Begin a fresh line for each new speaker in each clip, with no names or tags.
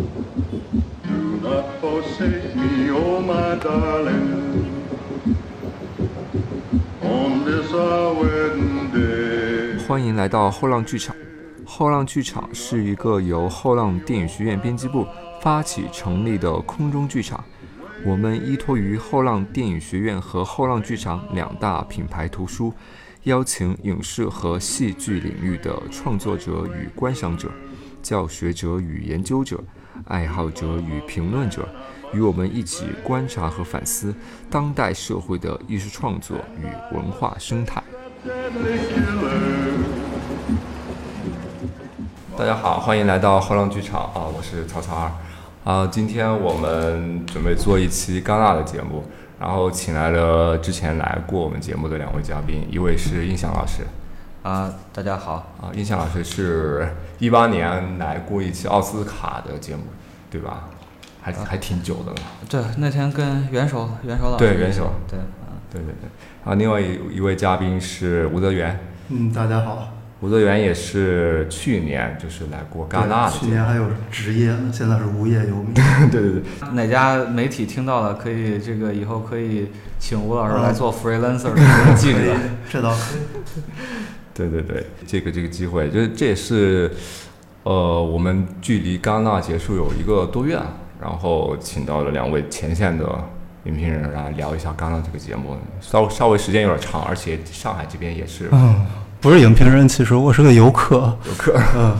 Do not forsake me, oh my darling, on this our wedding day.
欢迎来到后浪剧场。后浪剧场是一个由后浪电影学院编辑部发起成立的空中剧场。我们依托于后浪电影学院和后浪剧场两大品牌图书，邀请影视和戏剧领域的创作者与观赏者、教学者与研究者、爱好者与评论者，与我们一起观察和反思当代社会的艺术创作与文化生态。
Deadly killer.
大家好，欢迎来到后浪剧场啊，我是曹曹二啊。今天我们准备做一期戛纳的节目，然后请来了之前来过我们节目的两位嘉宾，一位是印象老师
啊，大家好，
啊，印象老师是一八年来过一期奥斯卡的节目，对吧？还还挺久的了，
对，那天跟元首元首老师
对，元首，
对，嗯
对对对。啊，另外一一位嘉宾是吴泽源，
嗯，大家好。
吴泽源也是去年就是来过戛纳的嗯
对去
节目，
年还有职业呢，现在是无业游 民。
对对对，
嗯哪家媒体听到了，可以这个以后可以请吴老师来做 freelancer 记
嗯 可以
者，，
哎这倒可以。
对对对，这个这个机会，就是这也是，呃，我们距离戛纳结束有一个多月啊，然后请到了两位前线的影评人来聊一下戛纳这个节目，稍稍微时间有点长，而且上海这边也 是
嗯，不是影评人，其实我是个游客。
游客，
嗯，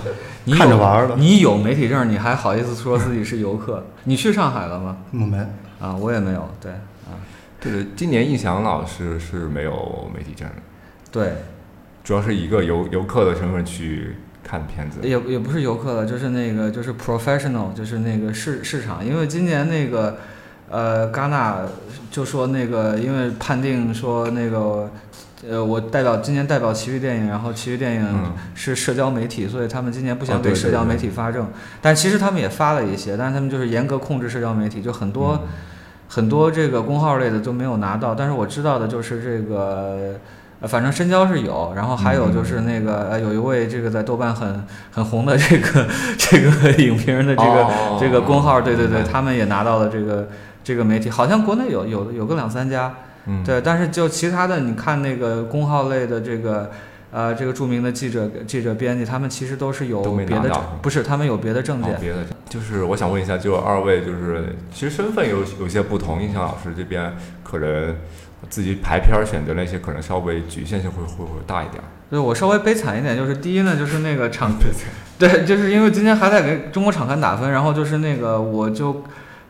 你有
看着玩儿的
你有媒体证，你还好意思说自己是游客？你去上海了吗？
我没，
啊，我也没有，对，啊，
对对，今年印翔老师是没有媒体证的，
对，
主要是以一个游游客的身份去看片子，
也也不是游客了，就是那个就是 professional，就是那个市市场，因为今年那个呃戛纳就说那个因为判定说那个呃我代表今年代表奇遇电影，然后奇遇电影
嗯
是社交媒体，所以他们今年不
啊
想
对对
给社交
对
媒体发证，但其实他们也发了一些，但是他们就是严格控制社交媒体，就很多。
嗯
很多这个工号类的都没有拿到，但是我知道的就是这个，呃反正深交是有，然后还有就是
嗯
那个、呃有一位这个在豆瓣很很红的这个这个 影评人的这个、
哦
这个工号，对对对，
明白
他们也拿到了这个这个媒体，好像国内有有有个两三家，
嗯，
对，但是就其他的，你看那个公号类的这个，呃，这个著名的记者、记者、编辑，他们其实都是有
都没
别
拿
的
到
证，不是他们有别的证件
哦，，别的就是我想问一下，就二位就是其实身份有有些不同，印象老师这边可能自己排片儿选择那些可能稍微局限性会会会大一点儿。
对我稍微悲惨一点，就是第一呢，就是那个场，对，就是因为今天还在给中国场刊打分，然后就是那个我就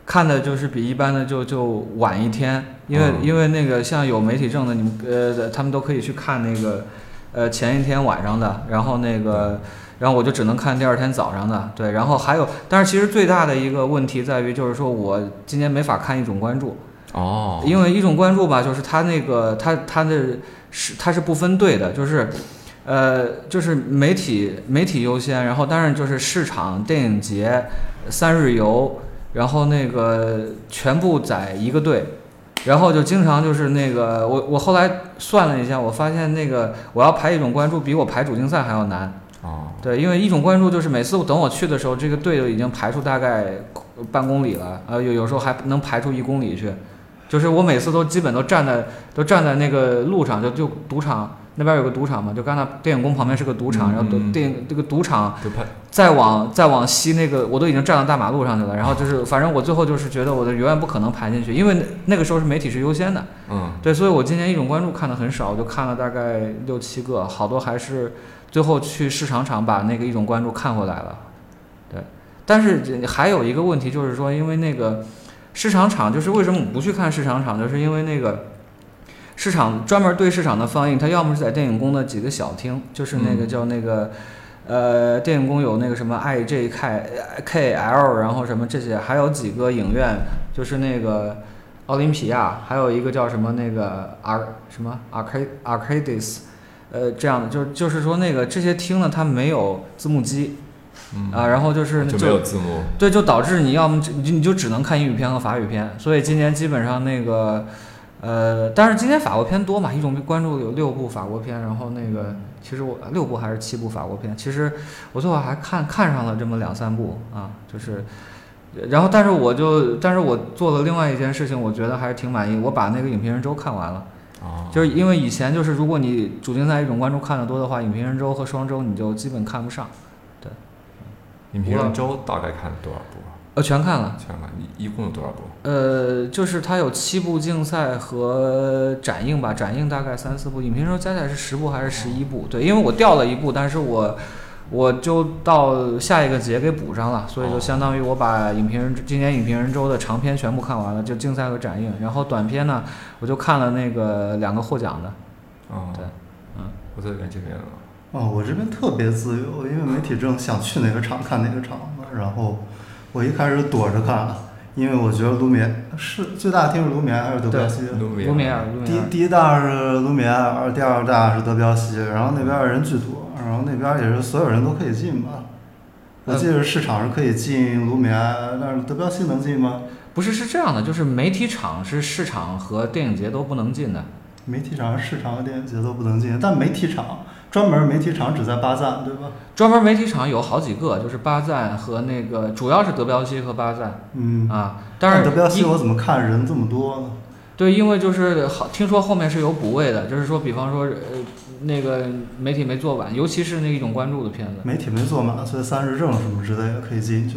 看的就是比一般的就就晚一天，因为、
嗯
因为那个像有媒体证的，你们呃他们都可以去看那个呃前一天晚上的，然后那个。然后我就只能看第二天早上的，对，然后还有，但是其实最大的一个问题在于，就是说我今年没法看一种关注，
哦
因为一种关注吧，就是它那个它它的是它是不分队的，就是，呃，就是媒体媒体优先，然后当然就是市场、电影节、三日游，然后那个全部在一个队，然后就经常就是那个我我后来算了一下，我发现那个我要排一种关注比我排主竞赛还要难，
哦，
对，因为一种关注就是每次我等我去的时候，这个队就已经排出大概半公里了，呃，有有时候还能排出一公里去，就是我每次都基本都站在都站在那个路上，就就赌场那边有个赌场嘛，就戛纳电影宫旁边是个赌
嗯
场，然后都电影这个赌场
就拍
再往再往西那个我都已经站到大马路上去了，然后就是反正我最后就是觉得我的永远不可能排进去，因为那那个时候是媒体是优先的，
嗯
对，所以我今年一种关注看的很少，我就看了大概六七个，好多还是最后去市场场把那个一种关注看回来了。对，但是这还有一个问题就是说，因为那个市场场就是为什么我不去看市场场，就是因为那个市场专门对市场的放映，它要么是在电影宫的几个小厅，就是那个
嗯
叫那个。呃，电影宫有那个什么 I J K K L，然后什么这些，还有几个影院，就是那个奥林匹亚，还有一个叫什么那个 R 什么 Arcade Arcades，呃，这样的，就是就是说那个这些厅呢，它没有字幕机
嗯
啊，然后就是
就没有字幕。
对，就导致你要么只你就你就只能看英语片和法语片，所以今年基本上那个，呃，但是今年法国片多嘛，一种关注有六部法国片，然后那个其实我六部还是七部法国片，其实我最后还看看上了这么两三部啊，就是，然后但是我就，但是我做了另外一件事情，我觉得还是挺满意，我把那个《影评人周》看完了，
哦
啊，
就是因为以前就是如果你主竞赛一种观众看的多的话，《影评人周》和《双周》你就基本看不上，
影评人周大概看了多少部啊？
呃，全看了。
想想看，一一共有多少部？
呃，就是它有七部竞赛和展映吧，展映大概三四部，影评说加起来是十部还是十一部？对，因为我掉了一部，但是我我就到下一个节给补上了，所以就
哦
相当于我把影评人今年影评人周的长篇全部看完了，就竞赛和展映，然后短片呢，我就看了那个两个获奖的，
啊，
哦
对，嗯，
我在你这边了。
哦，我这边特别自由，因为媒体证想去哪个场看哪个场嘛。然后我一开始躲着看，因为我觉得卢米埃是最大的厅是卢米埃还是德彪西？啊
卢米
卢米尔，卢米
第
尔，
第一大是卢米埃尔，第二大是德彪西，然后那边人巨多，然后那边也是所有人都可以进吧。
嗯
我记得市场是可以进卢米埃，但是德彪西能进吗？
不是是这样的，就是媒体场是市场和电影节都不能进的，
媒体场、市场和电影节都不能进，但媒体场专门媒体场只在巴赞，对吧？
专门媒体场有好几个，就是巴赞和那个，主要是德彪西和巴赞
嗯，
啊。但是
德彪西
因
我怎么看人这么多呢？
对，因为就是好，听说后面是有补位的，就是说，比方说，呃，那个媒体没做完，尤其是那一种关注的片子，
媒体没做满，所以三十证什么之类的可以进去。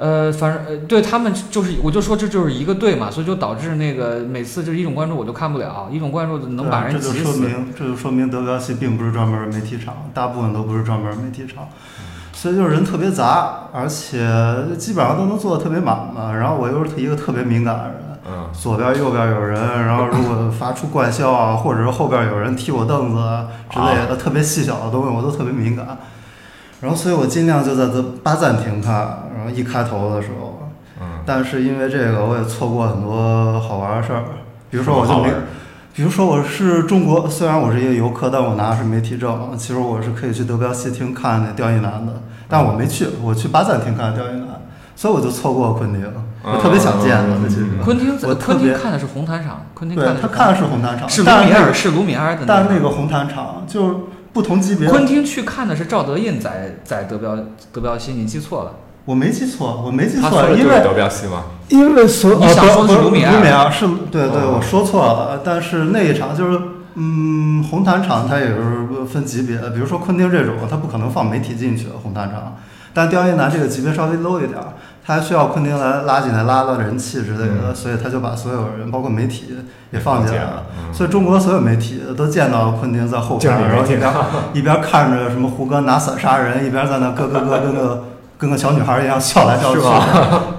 呃，反正呃，对他们就是，我就说这就是一个队嘛，所以就导致那个每次就是一种关注我就看不了，一种关注能把人
对啊这就
急
说
死。
明，这就说明德彪西并不是专门媒体场，大部分都不是专门媒体场，
嗯
所以就是人特别杂，而且基本上都能做的特别满嘛。然后我又是一个特别敏感的人。
嗯，
左边右边有人，然后如果发出怪笑啊，或者是后边有人踢我凳子啊之类的，特别细小的东西我都特别敏感。然后，所以我尽量就在这八暂停看，然后一开头的时候。
嗯。
但是因为这个，我也错过很多好玩的事儿，比如说我就没
什么好玩儿，
比如说我是中国，虽然我是一个游客，但我拿的是媒体证，其实我是可以去德彪西厅看那刁亦男的，但我没去，我去八暂停看刁亦男，所以我就错过昆汀，
啊
我特别想见他，其实。
嗯
昆汀
我
在，
特
昆
别
汀看的是红毯场，昆汀看
对
的是
他
红
看的是红毯场，
是
但
卢米
那
埃
个
尔，是卢米埃尔的
但
那
那个红毯场就是不同级别的。
昆汀去看的是赵德胤在在德彪德彪西，你记错了。
我没记错，我没记
他说
错，
的就
因
是
为
德彪西吗？
因为所呃
你想说的是卢米埃
埃
尔
尔是，对对，
哦
我说错了。但是那一场就是，嗯，红毯场它也是分级别的，比如说昆汀这种，他不可能放媒体进去红毯场，但刁亦男这个级别稍微 low 一点儿，他需要昆汀来拉进来拉拉人气之类的，所以他就把所有人，包括媒体也放进来了。
嗯
所以中国所有媒体都见到昆汀在后边
见
儿，
了
然后
没
一
见
边一边看着什么胡歌拿伞杀人，一边在那咯咯咯跟个跟个小女孩一样笑来笑去
是吧，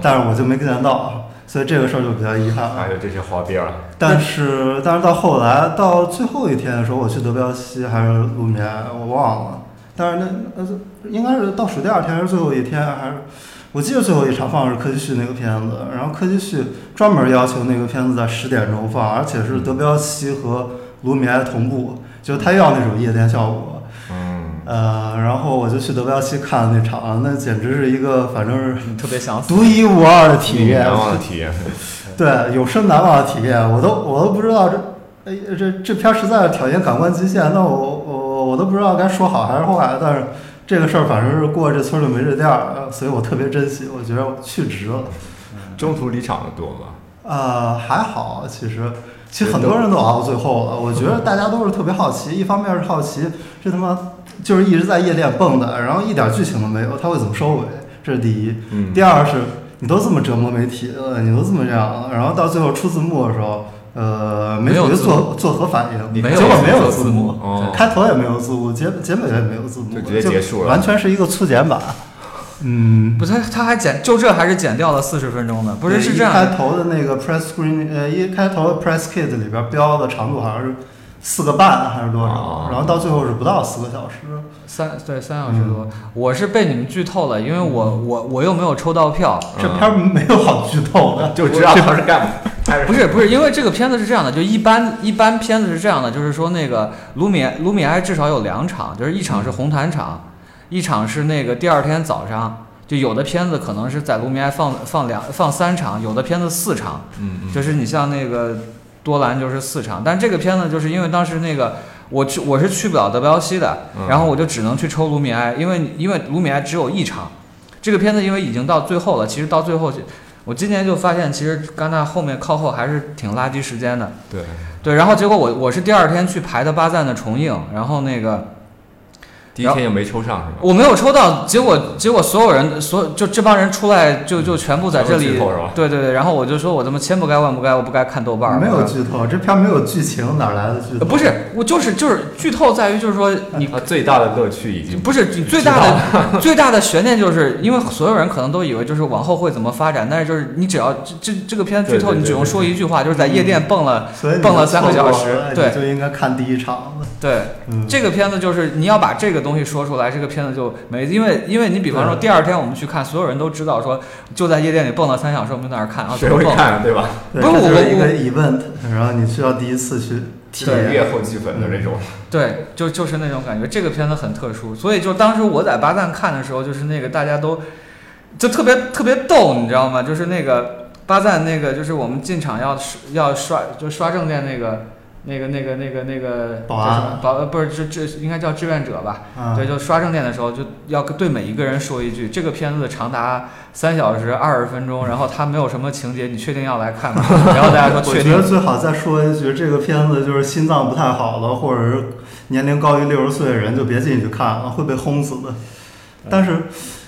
但是我就没见到，所以这个事儿就比较遗
哎
憾。
还有这些花边儿，
但是但是到后来到最后一天的时候，我去德彪西还是鲁棉，我忘了。但是那呃应该是倒数第二天还是最后一天，还是我记得最后一场放的是柯基旭那个片子，然后柯基旭专门要求那个片子在十点钟放，而且是德彪西和卢米埃同步，就是他要那种夜店效果。
嗯，
呃，然后我就去德彪西看了那场，那简直是一个反正是
嗯你特别想死。
独一无二的体验，
嗯难忘的体验，
对，有生难忘的体验，我都我都不知道这，哎，这这片儿实在是挑战感官极限，那我我我都不知道该说好还是坏，但是这个事儿反正是过这村儿就没这店儿，呃所以我特别珍惜，我觉得我去值了。
中途离场的多吗？
呃，还好，其实其实很多人都熬到最后了，我觉得大家都是特别好奇，一方面是好奇这他妈就是一直在夜店蹦的，然后一点剧情都没有，他会怎么收尾？这是第一。
嗯
第二是你都这么折磨媒体了，你都这么这样了，然后到最后出字幕的时候，呃，媒
没有
体就
字幕
做做何反应？
没有
结
字幕
果
嗯
没有
做
字
字幕
幕，
哦
开头也没有字幕，结结尾也没有字幕，
就直接结束了
完全是一个粗剪版。嗯，
不，他他还剪，就这还是剪掉了四十分钟的，不是
对
是
一
这样的。
开头的那个 press screen，呃，一开头的 press kit 里边标的长度好像是四个半还是多少，
哦
然后到最后是不到四个小时。
三对三
嗯
小时多，我是被你们剧透了，因为我我我又没有抽到票，
这
嗯
片儿没有好剧透的，
就知道他是干嘛，他
不是不是，因为这个片子是这样的，就一般一般片子是这样的，就是说那个卢米埃卢米埃至少有两场，就是一场是红毯场，一场是那个第二天早上，就有的片子可能是在卢米埃放放两放三场，有的片子四场，
嗯嗯，
就是你像那个多兰就是四场，但这个片子就是因为当时那个我去我是去不了德彪西的，
嗯
然后我就只能去抽卢米埃，因为因为卢米埃只有一场。这个片子因为已经到最后了，其实到最后，我今年就发现，其实戛纳后面靠后还是挺垃圾时间的。
对，
对，然后结果我我是第二天去排的巴赞的重映，然后那个
第一天就没抽上是吧？
我没有抽到，结果结果所有人所有就这帮人出来就就全部在这
全部
里
剧透是吧，
对对对，然后我就说我他妈千不该万不该，我不该看豆瓣儿，
没有
我
剧透，这片儿没有剧情，哪来的剧
呃
透？
不是我就是就是剧透在于就是说你
他最大的乐趣已经
不是你最大的最大的悬念，就是因为所有人可能都以为就是往后会怎么发展，但是就是你只要这这这个片子剧透，
对对对嗯
你只用说一句话，就是在夜店蹦了，
所以你
蹦了三个小时
错过了哎
对
你就应该看第一场。
对。
嗯，
这个片子就是你要把这个东西说出来，这个片子就没，因为因为你比方说
对
第二天我们去看，所有人都知道说就在夜店里蹦了三小时，我们就在那儿看啊，
谁
怎么
会
蹦？
看对吧？
对
不是
这就
我
是一
我
个 event，然后你需要第一次去体
对嗯
验。
月后积粉的那种，
对，就就是那种感觉，这个片子很特殊，所以就当时我在巴赞看的时候，就是那个大家都就特别特别逗，你知道吗？就是那个巴赞那个，就是我们进场要刷要刷就刷证件那个那个那个那个那个
保安
叫什么保呃不是这这应该叫志愿者吧？
啊，
对，就刷证件的时候，就要对每一个人说一句：这个片子长达三小时二十分钟，然后它没有什么情节，你确定要来 看吗？然后大家说
我
确
觉
定
得。最好再说一句，这个片子就是心脏不太好了，或者是年龄高于六十岁的人就别进去看了，会被轰死的。
嗯
但是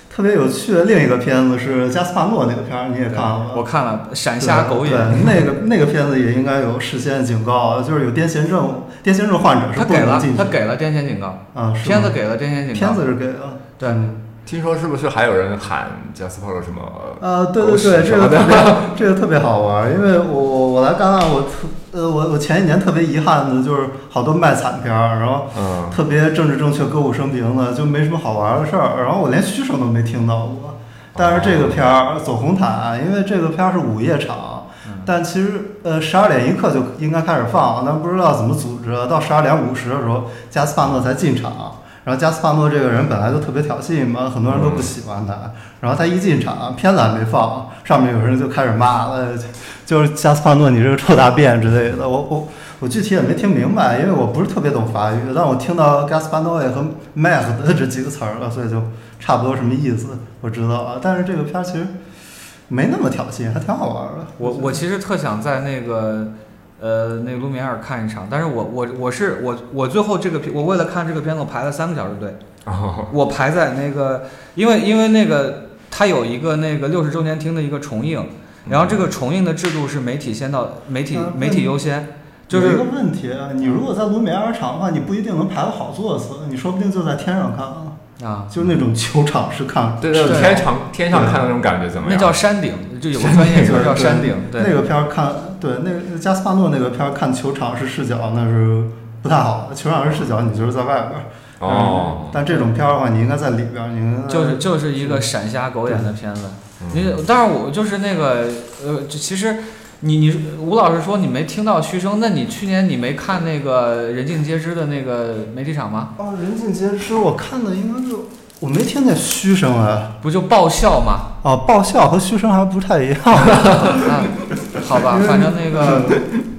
特别有趣的另一个片子是加斯帕诺那个片儿，你也看了吗？
我看了《闪瞎狗眼》，
对，那个那个片子也应该有事先警告，啊就是有癫痫症，癫痫症患者是
他
不
给
能
了
进去
他
的。
给了癫痫警告，
啊，是
片子
吗
给了癫痫警告，
片子是给了。
对
嗯
听说是不是还有人喊加斯帕罗什么？
呃，对
狗
对
屎
对，
什
这
么
个
的
特别，这个特别好玩儿，因为我我我来戛纳，我特呃我我前几年特别遗憾的就是好多卖惨片儿，然后
嗯，
特别政治正确、歌舞升平的，就没什么好玩的事儿。然后我连嘘声都没听到过。但是这个片儿走红毯，因为这个片儿是午夜场，但其实呃十二点一刻就应该开始放，但不知道怎么组织，到十二点五十的时候，加斯帕诺才进场。然后加斯帕诺这个人本来就特别挑衅嘛，很多人都不喜欢他。然后他一进场，片子还没放，上面有人就开始骂了，就就是加斯帕诺你这个臭大便之类的。我我我具体也没听明白，因为我不是特别懂法语，但我听到 Gaspanoi 和 m a c 的这 几个词儿了，所以就差不多什么意思，我知道啊。但是这个片儿其实没那么挑衅，还挺好玩儿的。
我我其实特想在那个呃那个卢米埃尔看一场，但是我我我是我我最后这个片我为了看这个片子我排了三个小时队，
哦，
我排在那个，因为因为那个它有一个那个六十周年厅的一个重映，然后这个重映的制度是媒体先到，媒体
嗯
媒体优先，就
有一
是
个问题啊，你如果在卢米埃尔场的话，你不一定能排个好座次，你说不定就在天上看啊，
啊，
就是那种球场式看。
对对，
对
天上天上看的那种感觉怎么
那
样？
叫
啊
山顶，就有个专业
对
词儿叫
对
山顶，对，
那个片儿看，对那个加斯帕诺那个片儿看球场式视角那是不太好的，球场式视角你就是在外边儿。
哦
嗯，但这种片儿的话，你应该在里边儿，你应该
就是就是一
嗯
个闪瞎狗眼的片子。
嗯
你，但是我就是那个呃，就其实你你吴老师说你没听到嘘声，那你去年你没看那个人尽皆知的那个媒体场吗？
哦，人尽皆知，我看的应该就我没听见嘘声啊，
不就爆笑吗？
哦，爆笑和嘘声还不太一样。
啊，好吧，反正那个，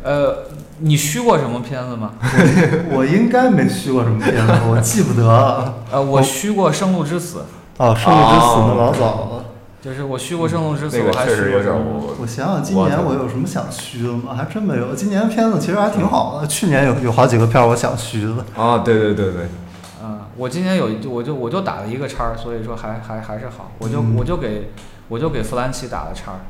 呃，你虚过什么片子吗？
我应该没嘘过什么片子，我记不得啊了。
呃，我虚过《生路之死
哦，生命之死那老早了。》，
就是我虚过《生路之
嗯
死
那》，个
我还
确实
虚过
有
什
点
么？
我
我想想，今年我有什么想嘘的吗？还真没有。今年片子其实还挺好的，去年有有好几个片儿我想嘘的。
啊，对对对对，
嗯，我今年有一，我就我就打了一个叉儿，所以说还还还是好，我就
嗯
我就给我就给弗兰奇打了叉儿，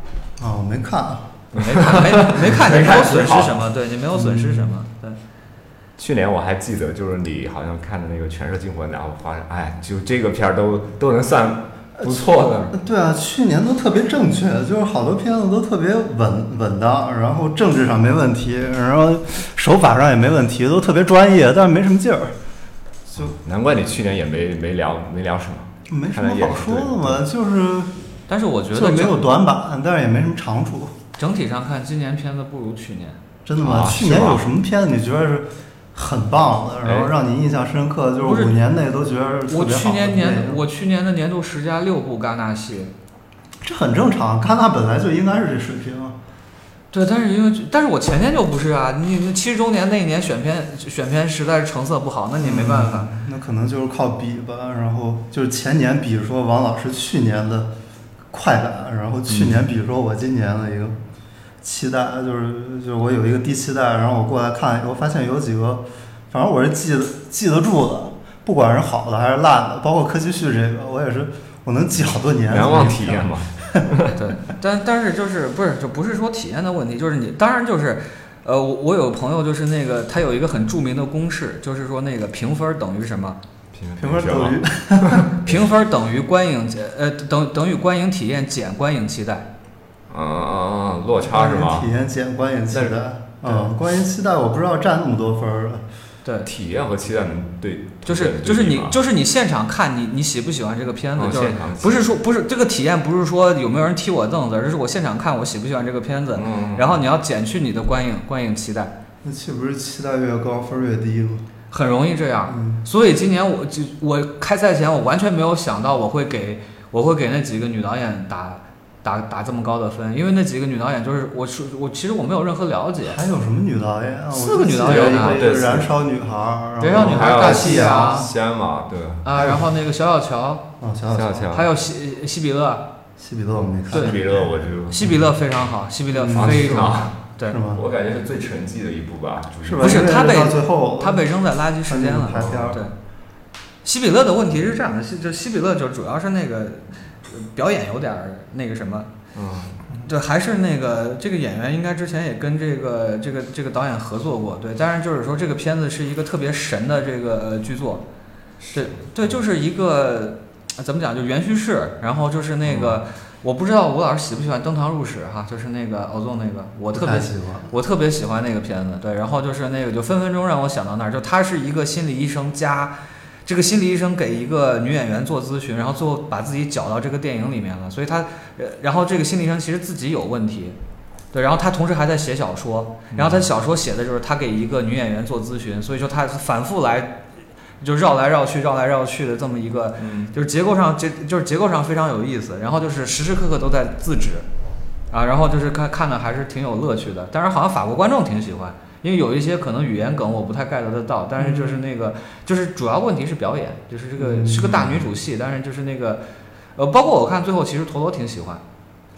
啊，我没看啊。
你没看没没看，你
没
没
看
有损
好
失什么，对你没有损失什么，对。
去年我还记得，就是你好像看的那个《全是惊魂》，然后发现，哎，就这个片儿都都能算不错的。
对啊，去年都特别正确，就是好多片子都特别稳稳当，然后政治上没问题，然后手法上也没问题，都特别专业，但是没什么劲儿，就
难怪你去年也没没聊没聊什么。
没什么好说的嘛，就是
但是我觉
就
得
没有
整
短板，但是也没什么长处，
整体上看，今年片子不如去年。
真的吗？
啊
去年
是吧
有什么片子你觉得是很棒的，然后
哎
让你印象深刻，就
不是
五年内都觉得是特
我
别
去
好的
年
电
年
影
我去年的年度十佳六部戛纳戏，
这很正常，戛纳本来就应该是这水平啊。
对，但是因为但是我前年就不是啊，你你七十周年那一年选片选片实在是成色不好，那你没办法。
嗯那可能就是靠比吧，然后就是前年比如说王老师去年的快感，然后
嗯
去年比如说我今年的一个期待，就是就是我有一个低期待，然后我过来看以后发现有几个，反正我是记得记得住的，不管是好的还是烂的，包括柯基旭这个，我也是我能记好多年。
难忘体验嘛。
嗯
对，但但是就是不是就不是说体验的问题，就是你当然就是，呃，我我有朋友就是那个他有一个很著名的公式，就是说那个评分等于什么？
评分等于
评分等于观影呃等等于观影体验减观影期待。
啊啊啊！落差是吗
体？验减观影期
但是
待。嗯，观影期待我不知道占那么多分儿了。
对，
体验和期待能对，
就是
对
就是
比
你
吗
就是你现场看你你喜不喜欢这个片子，
哦
就是
现场
不是说不是这个体验不是说有没有人踢我凳子，而是我现场看我喜不喜欢这个片子，
嗯
然后你要减去你的观影观影期待，
那岂不是期待越高分儿越低吗？
很容易这样。
嗯，
所以今年我就我开赛前我完全没有想到我会给我会给那几个女导演打打打这么高的分，因为那几个女导演就是我是我其实我没有任何了解，
还有什么女导演啊？
四个女导演啊
一个
对
燃烧女孩儿，
燃
然
烧
后
女孩
还
儿
有
大
西
西洋
洋，
啊
西安嘛，对，
啊，然后那个小小乔，
啊，想
夏
想
夏，
还有西西比勒，
西比勒我没看，
对
比勒我就，
西比勒非常好，西比勒
嗯
非常
啊
是
好
吗，
对
是，吗？
我感觉是最沉寂的一部吧，属于
是吧？
不是
因为
他被
到最后，
他被扔在垃圾时间了
他那个排片儿，
对。西比勒的问题是这样的，西就西比勒就主要是那个呃表演有点儿那个什么，
嗯，
对，还是那个这个演员应该之前也跟这个这个这个导演合作过，对。当然就是说这个片子是一个特别神的这个呃剧作，对对，就是一个呃怎么讲，就原叙事，然后就是那个、我不知道吴老师喜不喜欢《登堂入室》哈，就是那个敖纵那个，我特
不
别
太
喜
喜欢。
我特别喜欢那个片子，对，然后就是那个就分分钟让我想到那儿，就他是一个心理医生加这个心理医生给一个女演员做咨询，然后最后把自己搅到这个电影里面了，所以他，呃然后这个心理医生其实自己有问题，对，然后他同时还在写小说，然后他小说写的就是他给一个女演员做咨询，所以说他反复来，就绕来绕去、绕来绕去的这么一个，
嗯
就是结构上结就是结构上非常有意思，然后就是时时刻刻都在自指，啊，然后就是看看的还是挺有乐趣的。当然，好像法国观众挺喜欢，因为有一些可能语言梗我不太 get 得到，但是就是那个就是主要问题是表演，就是这个是个大女主戏，但是就是那个，呃，包括我看最后其实陀螺挺喜欢。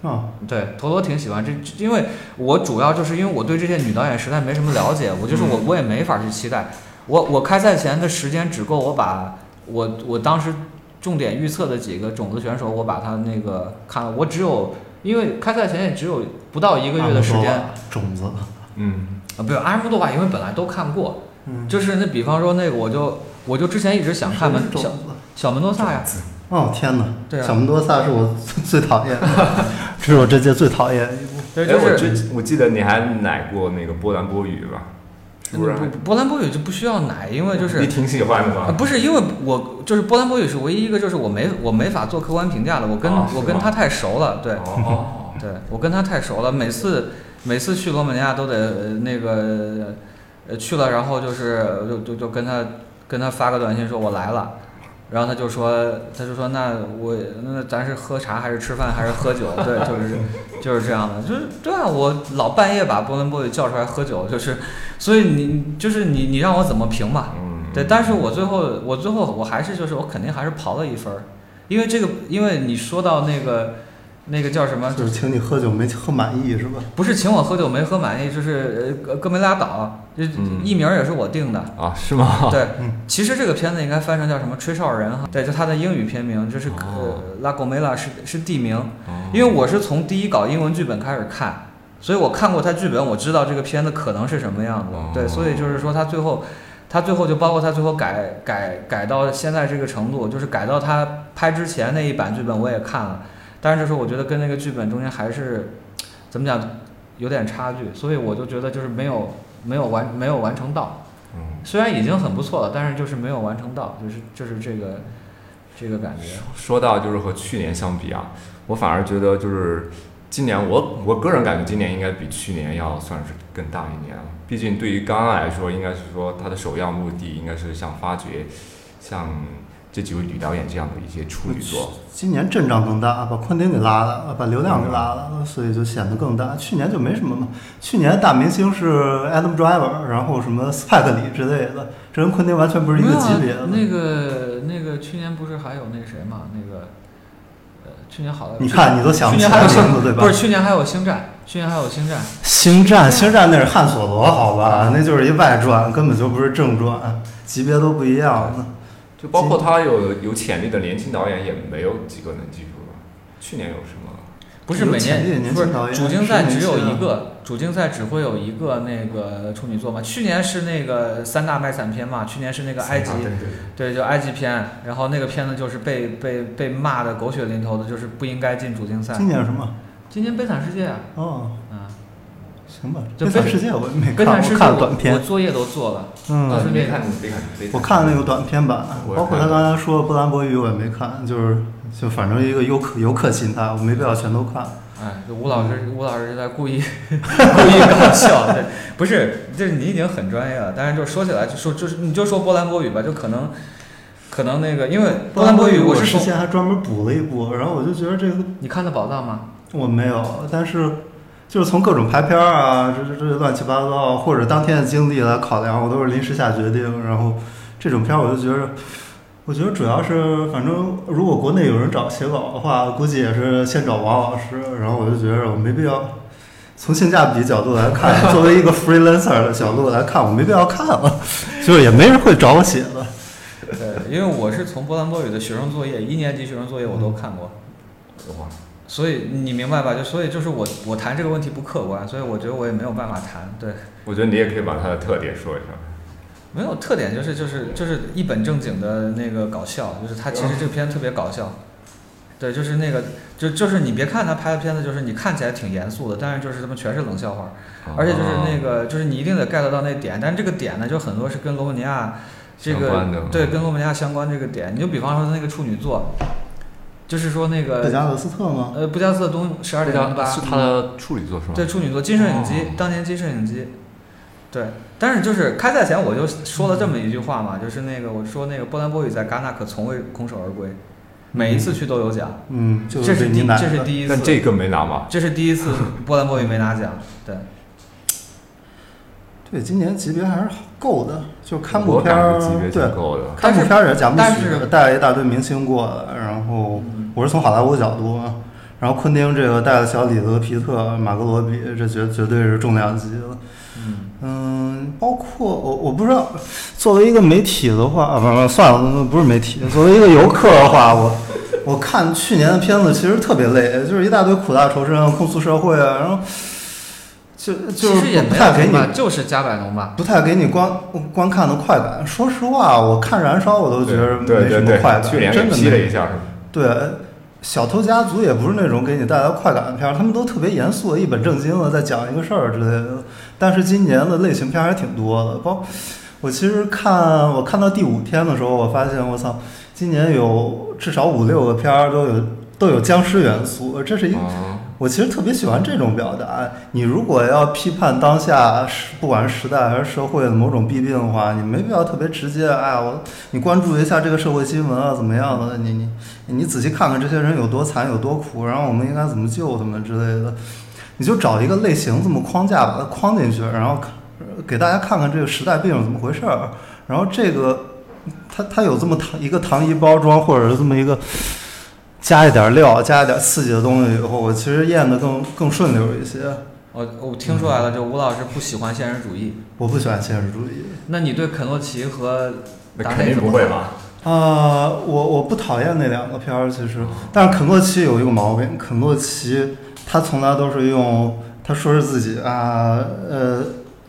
啊，
对，陀螺挺喜欢这，这因为我主要就是因为我对这些女导演实在没什么了解，我就是我
嗯
我也没法去期待。我我开赛前的时间只够我把我我当时重点预测的几个种子选手，我把他那个看了，我只有因为开赛前也只有不到一个月的时间
阿姆多
啊，
瓦种子，
嗯，
不是阿什多瓦，因为本来都看过，
嗯，
就是那比方说那个我就我就之前一直想看门
什么是
小
种子。
小门多萨呀，
哦天哪！
对啊
小门多萨是我最讨厌 的，这是我这届最讨厌的一部。
对，
哎，
就
我
是。
记我记得你还奶过那个波兰波语吧？是不是还？
嗯波兰波语就不需要奶，因为就是
你挺喜欢的
啊，
吧？
不是因为我就是波兰波语是唯一一个就是我没我没法做客观评价的，我跟、
啊是吗
我跟他太熟了，对、
哦，
对，我跟他太熟了，每次每次去罗马尼亚都得、呃那个呃去了，然后就是就就就跟他跟他发个短信说我来了。然后他就说，他就说，那我那咱是喝茶还是吃饭还是喝酒？对，就是就是这样的，就是对啊，我老半夜把波兰波语叫出来喝酒，就是，所以你就是你你让我怎么评嘛？
嗯，
对，但是我最后我最后我还是就是我肯定还是刨了一分儿，因为这个因为你说到那个那个叫什么，
就是请你喝酒没喝满意是吧？
不是请我喝酒没喝满意，就是呃哥哥梅拉岛，这
嗯
艺名儿也是我定的。
啊，是吗？
对
嗯，
其实这个片子应该翻成叫什么《吹哨人》哈，对，就它的英语片名，这是
哦
呃拉贡梅拉是是地名，
哦
因为我是从第一稿英文剧本开始看，所以我看过他剧本，我知道这个片子可能是什么样子
哦。
对，所以就是说他最后，他最后就包括他最后改改改到现在这个程度，就是改到他拍之前那一版剧本我也看了，但是就是我觉得跟那个剧本中间还是怎么讲有点差距，所以我就觉得就是没有没有完没有完成到，
嗯，
虽然已经很不错了，但是就是没有完成到，就是就是这个这个感觉。
说到就是和去年相比啊，我反而觉得就是今年我我个人感觉今年应该比去年要算是更大一年了。毕竟对于刚刚来说，应该是说它的首要目的应该是想发掘像
这几位女导演这样的一些处女作。
今年阵仗更大，把昆汀给拉了，把流量给拉了，所以就显得更大。去年就没什么嘛，去年大明星是 Adam Driver，然后什么斯派克里之类的，这跟昆汀完全不是一个级别
没有
的。
啊那个那个去年不是还有那谁嘛？那个呃，去年好了，
你看，你都想
去
不起
年还有
来名
星
字对吧？
不是去年还有星战，去年还有星战。
星战，星战那是汉索罗，好吧，那就是一外传，根本就不是正传，级别都不一样。
嗯
就包括他有有潜力的年轻导演也没有几个能记住了。去年有什么？
不是
有
每
潜力的
年
年
不是
轻导演
主竞赛
是
只有
年轻
一
的
个，主竞赛只会有一个那个处女作嘛。去年是那个三大卖惨片嘛，去年是那个埃及，
对对
对，就埃及片，然后那个片子就是被被被骂的狗血淋头的，就是不应该进主竞赛。
今年什么？
今年悲惨世界啊，
哦，
嗯，
行吧，
就
悲惨
悲
世界我没
悲
看，
惨世界
我看了
我
短
我
片，
作业都做了，
啊
嗯，
你没看，你没看，没看。
我看了那个短片版，
我也
包括他
看了
刚才说的波兰博语我也没看，就是就反正一个游客游客心态，我没必要全都看。
哎，这吴老师，吴老师是在 故意故意搞笑，对，不是，就是你已经很专业了，但是就说起来就说就是你就说波兰波语吧，就可能可能那个，因为波兰波
波
语
我
是
之
从
前还专门补了一部，然后我就觉得这个
你看的宝藏吗？
我没有，但是就是从各种排片儿啊，这这这乱七八糟，啊或者当天的经历来考量，我都是临时下决定。然后这种片儿，我就觉得，我觉得主要是，反正如果国内有人找写稿的话，估计也是先找王老师。然后我就觉得我没必要。从性价比角度 来看，作为一个 freelancer 的角度来看，我没必要看了，就是也没人会找我写的。
对，因为我是从波兰波语的学生作业，一年级学生作业我都看
嗯
过，
哇，
所以你明白吧？就所以就是我我谈这个问题不客观，所以我觉得我也没有办法谈。对，
我觉得你也可以把它的特点说一下。
没有特点就是就是就是一本正经的那个搞笑，就是他其实这片特别搞笑。对，就是那个，就就是你别看他拍的片子，就是你看起来挺严肃的，但是就是他们全是冷笑话，
哦
而且就是那个，就是你一定得 get 到那点，但是这个点呢，就很多是跟罗马尼亚这
相
个
关的
对跟罗马尼亚相关这个点，你就比方说他那个处女座，就是说那
贝
个
加勒斯特吗？
呃布加斯特东十二点零八嗯
是他的处女作
嗯
是吗？
对，处女座金摄影机，
哦
当年金摄影机。对，但是就是开赛前我就说了这么一句话
嗯
嘛，就是那个我说那个波兰波语在戛纳可从未空手而归，每一次去都有奖，
嗯，就
这是
被
第
你奶
这是
了
第一次，
但这个没拿嘛。
这是第一次波兰波语没拿奖， 对，
对，今年级别还是够的，就看
我
部片
感
儿
觉级别，
对
挺，够的。
看部片儿也讲不
但
起
是，嗯
带了一大堆明星过来，然后我是从好莱坞角度啊，然后昆汀这个带了小李子、皮特、马格罗比，这绝绝对是重量级了。
嗯，
嗯，包括我，我不知道，作为一个媒体的话，啊，不不，算了，那不是媒体，作为一个游客的话，我我看去年的片子其实特别累，就是一大堆苦大仇深啊，控诉社会啊，然后就就
其实也
是不
没
太给
有
你
吧，就是加百农吧，
不太给你观观看的快感。说实话，我看《燃烧》我都觉得
对
没什
对
么快
对，
感，
去年
真
给
的
批了
没。
一下是吧？
对，《小偷家族》也不是那种给你带来快感的片儿，他们都特别严肃、一本正经的在讲一个事儿之类的。但是今年的类型片儿还挺多的，包我其实看我看到第五天的时候，我发现我操，今年有至少五六个片儿都有都有僵尸元素，呃这是一个
啊，
我其实特别喜欢这种表达。你如果要批判当下时，不管是时代还是社会的某种弊病的话，你没必要特别直接。哎呀，我你关注一下这个社会新闻啊，怎么样的？你你你仔细看看这些人有多惨，有多苦，然后我们应该怎么救他们之类的。你就找一个类型这么框架把它框进去，然后看给大家看看这个时代背景怎么回事儿。然后这个它它有这么糖一个糖衣包装，或者是这么一个加一点料、加一点刺激的东西以后，我其实咽得更更顺溜一些。
我我听出来
嗯
了，就吴老师不喜欢现实主义，
我不喜欢现实主义。
那你对肯洛奇和
那
达
肯
内
定
怎
不
么
会
看？
吧？
啊，我我不讨厌那两个片儿，其实，嗯但是肯洛奇有一个毛病，肯洛奇他从来都是用他说是自己啊，呃，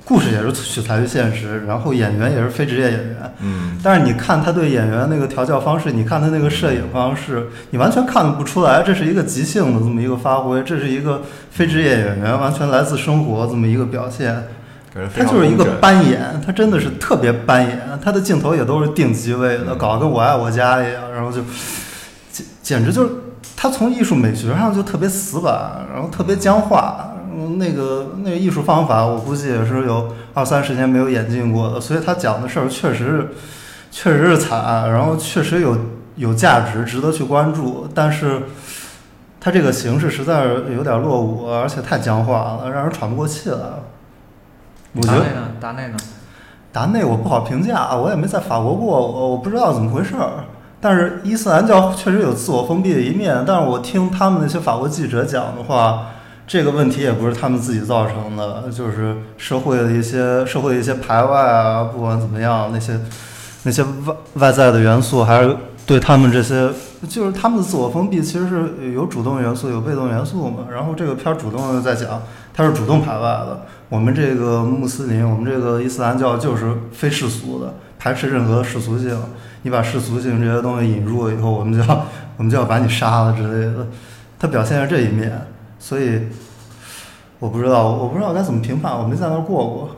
故事也是取材于现实，然后演员也是非职业演员，
嗯，
但是你看他对演员那个调教方式，你看他那个摄影方式，你完全看不出来这是一个即兴的这么一个发挥，这是一个非职业演员完全来自生活这么一个表现。
感觉非
他
常
就是一个
工整
扮演，他真的是特别扮演，他的镜头也都是定机位
嗯
的，搞得跟我爱我家一样，然后就简简直就是他从艺术美学上就特别死板，然后特别僵化，嗯那个那个艺术方法我估计也是有二三十年没有演进过的，所以他讲的事儿确实是确实是惨，然后确实有有价值，值得去关注，但是它这个形式实在是有点落伍，啊而且太僵化了，让人喘不过气来。我觉
达
得
内呢？达内呢？
达内我不好评价，啊我也没在法国过，我我不知道怎么回事儿。但是伊斯兰教确实有自我封闭的一面，但是我听他们那些法国记者讲的话，这个问题也不是他们自己造成的，就是社会的一些社会的一些排外啊，不管怎么样，那些那些外外在的元素还是对他们这些，就是他们的自我封闭其实是有主动元素，有被动元素嘛。然后这个片儿主动的在讲，它是主动排外的。我们这个穆斯林，我们这个伊斯兰教就是非世俗的，排斥任何世俗性。你把世俗性这些东西引入了以后，我们就要 我们就要把你杀了之类的。它表现是这一面，所以我不知道，我不知道该怎么评判，我没在那儿过过。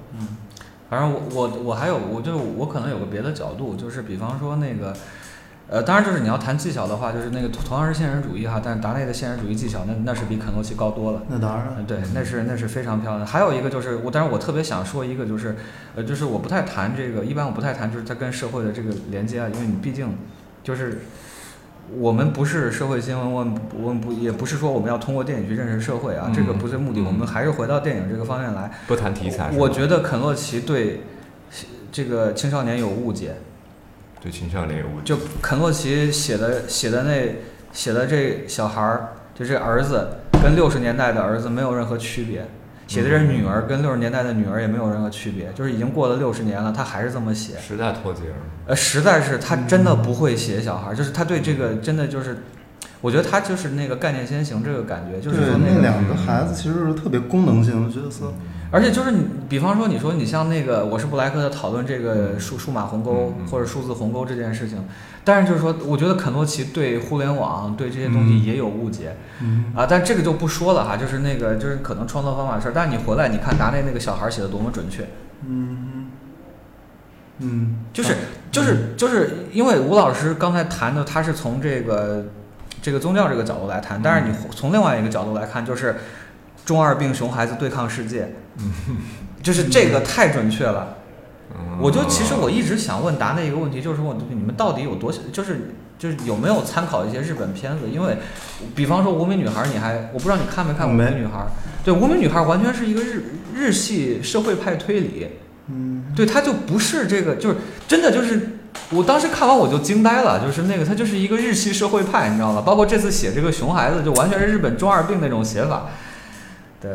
反正我我我还有我就是我可能有个别的角度，就是比方说那个，呃，当然就是你要谈技巧的话，就是那个同样是现实主义哈，但是达内的现实主义技巧那那是比肯诺奇高多了。
那当然，
嗯，对，那是那是非常漂亮的。还有一个就是我，但是我特别想说一个就是，呃，就是我不太谈这个，一般我不太谈就是它跟社会的这个连接啊，因为你毕竟就是我们不是社会新闻，我们不我们不也不是说我们要通过电影去认识社会啊，这个不是目的，我们还是回到电影这个方面来。
不谈题材是吧，
我觉得肯洛奇对这个青少年有误解，
对青少年有误解
就肯洛奇写的写的那写的这小孩儿，就这儿子跟六十年代的儿子没有任何区别，写的这女儿跟六十年代的女儿也没有任何区别，就是已经过了六十年了，他还是这么写。
时代脱节了。
呃，实在是他真的不会写小孩儿，就是他对这个真的就是，我觉得他就是那个概念先行这个感觉，就是
对
说
那
个
两个孩子其实是特别功能性的角色。
而且就是你，比方说你说你像那个，我是布莱克的讨论这个数数码鸿沟
嗯嗯
或者数字鸿沟这件事情，但是就是说，我觉得肯洛奇对互联网对这些东西也有误解，
嗯
啊，但这个就不说了哈，就是那个就是可能创作方法的事儿。但是你回来你看达内那个小孩儿写的多么准确，
嗯嗯，
就是
嗯
就是就是因为吴老师刚才谈的，他是从这个这个宗教这个角度来谈，但是你
嗯
从另外一个角度来看，就是中二病熊孩子对抗世界，就是这个太准确
嗯
了。我就其实我一直想问答的一个问题，就是我你们到底有多就是就是有没有参考一些日本片子？因为比方说《无名女孩》，你还我不知道你看没看过《无
没
名女孩》？对，《无名女孩》完全是一个日日系社会派推理，
嗯，
对，它就不是这个，就是真的就是。我当时看完我就惊呆了，就是那个他就是一个日系社会派，你知道吗？包括这次写这个熊孩子，就完全是日本中二病那种写法。对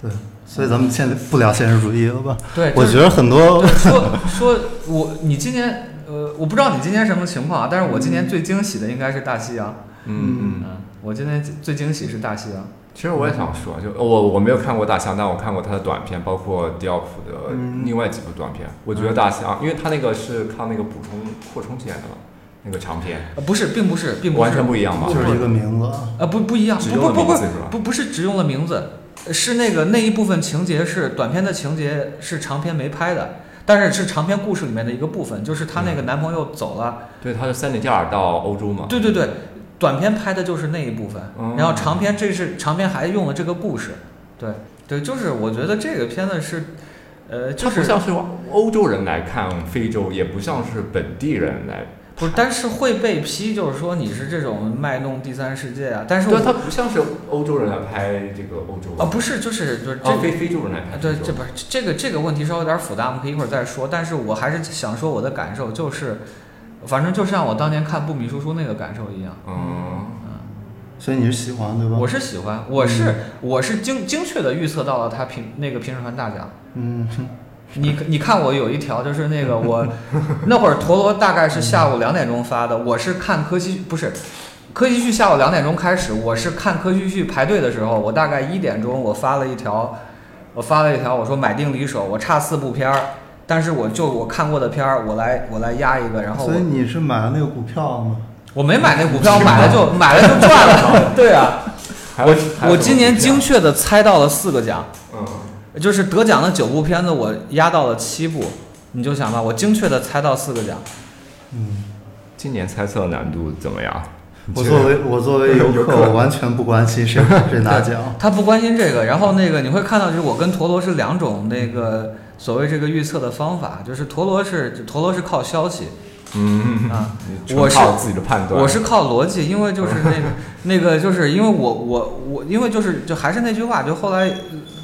对，所以咱们现在不聊现实主义了吧？
对，
我
就是
觉得很多
对说说我你今年呃，我不知道你今年什么情况啊，但是我今年最惊喜的应该是大西洋。
嗯嗯，
嗯，我今年最惊喜是大西洋。
其实我也想说，就呃我我没有看过《大象》，但我看过他的短片，包括迪奥普的
嗯
另外几部短片。我觉
嗯
得《大象》，因为他那个是靠那个补充扩充起来的嘛，那个长片
呃，不是，并不是，并不是，
完全不一样吧？
就是一个名字啊。
呃，不不一样，
只
不
用了
不不
名
不
字是吧
不不是只用了名字，呃是那个那一部分情节是短片的情节是长篇没拍的，但是是长篇故事里面的一个部分，就是她
嗯
那个男朋友走了，
对，他是三里加尔到欧洲嘛。
对对对，短片拍的就是那一部分，
哦
然后长篇这是长篇还用了这个故事，对对，就是我觉得这个片子是，呃，
它
就
不
是
像是欧洲人来看非洲，也不像是本地人来，
不是，但是会被批，就是说你是这种卖弄第三世界啊，但是我
对，它不像是欧洲人来拍这个欧洲
啊不是就是就是这
啊，非非洲人来拍
啊，
非
对
洲。，
这不是这个这个问题稍微有点复杂，我们可以一会儿再说。但是我还是想说我的感受，就是，反正就像我当年看布米叔叔那个感受一样，
嗯，
所以你是喜欢对吧？
我是喜欢，我是、我是精精确的预测到了他评那个评审团大奖。
嗯，
你你看我有一条就是那个 我那会儿陀螺大概是下午两点钟发的，我是看柯西不是。柯西旭下午两点钟开始，我是看柯西旭排队的时候，我大概一点钟我发了一条，我发了一条，我说买定离手，我差四部片儿，但是我就我看过的片儿，我来我来压一个，然后
所以
我
你是买了那个股票吗？
我没买那股 票，买了就买了就赚了，对啊，
还有还有什么
我今年
不一
精
样
确的猜到了四个奖，
嗯
就是得奖的九部片子，我压到了七部，你就想吧，我精确的猜到四个奖。
今年猜测难度怎么样？
我作为我作为游客，我完全不关心谁谁拿奖。
他不关心这个，然后那个你会看到，就是我跟陀螺是两种那个所谓这个预测的方法，就是陀螺是陀螺是靠消息，
嗯，
啊。
你
我
纯
是
靠自己的判断。
我是靠逻辑，因为就是那个那个，就是因为我我我，因为就是就还是那句话，就后来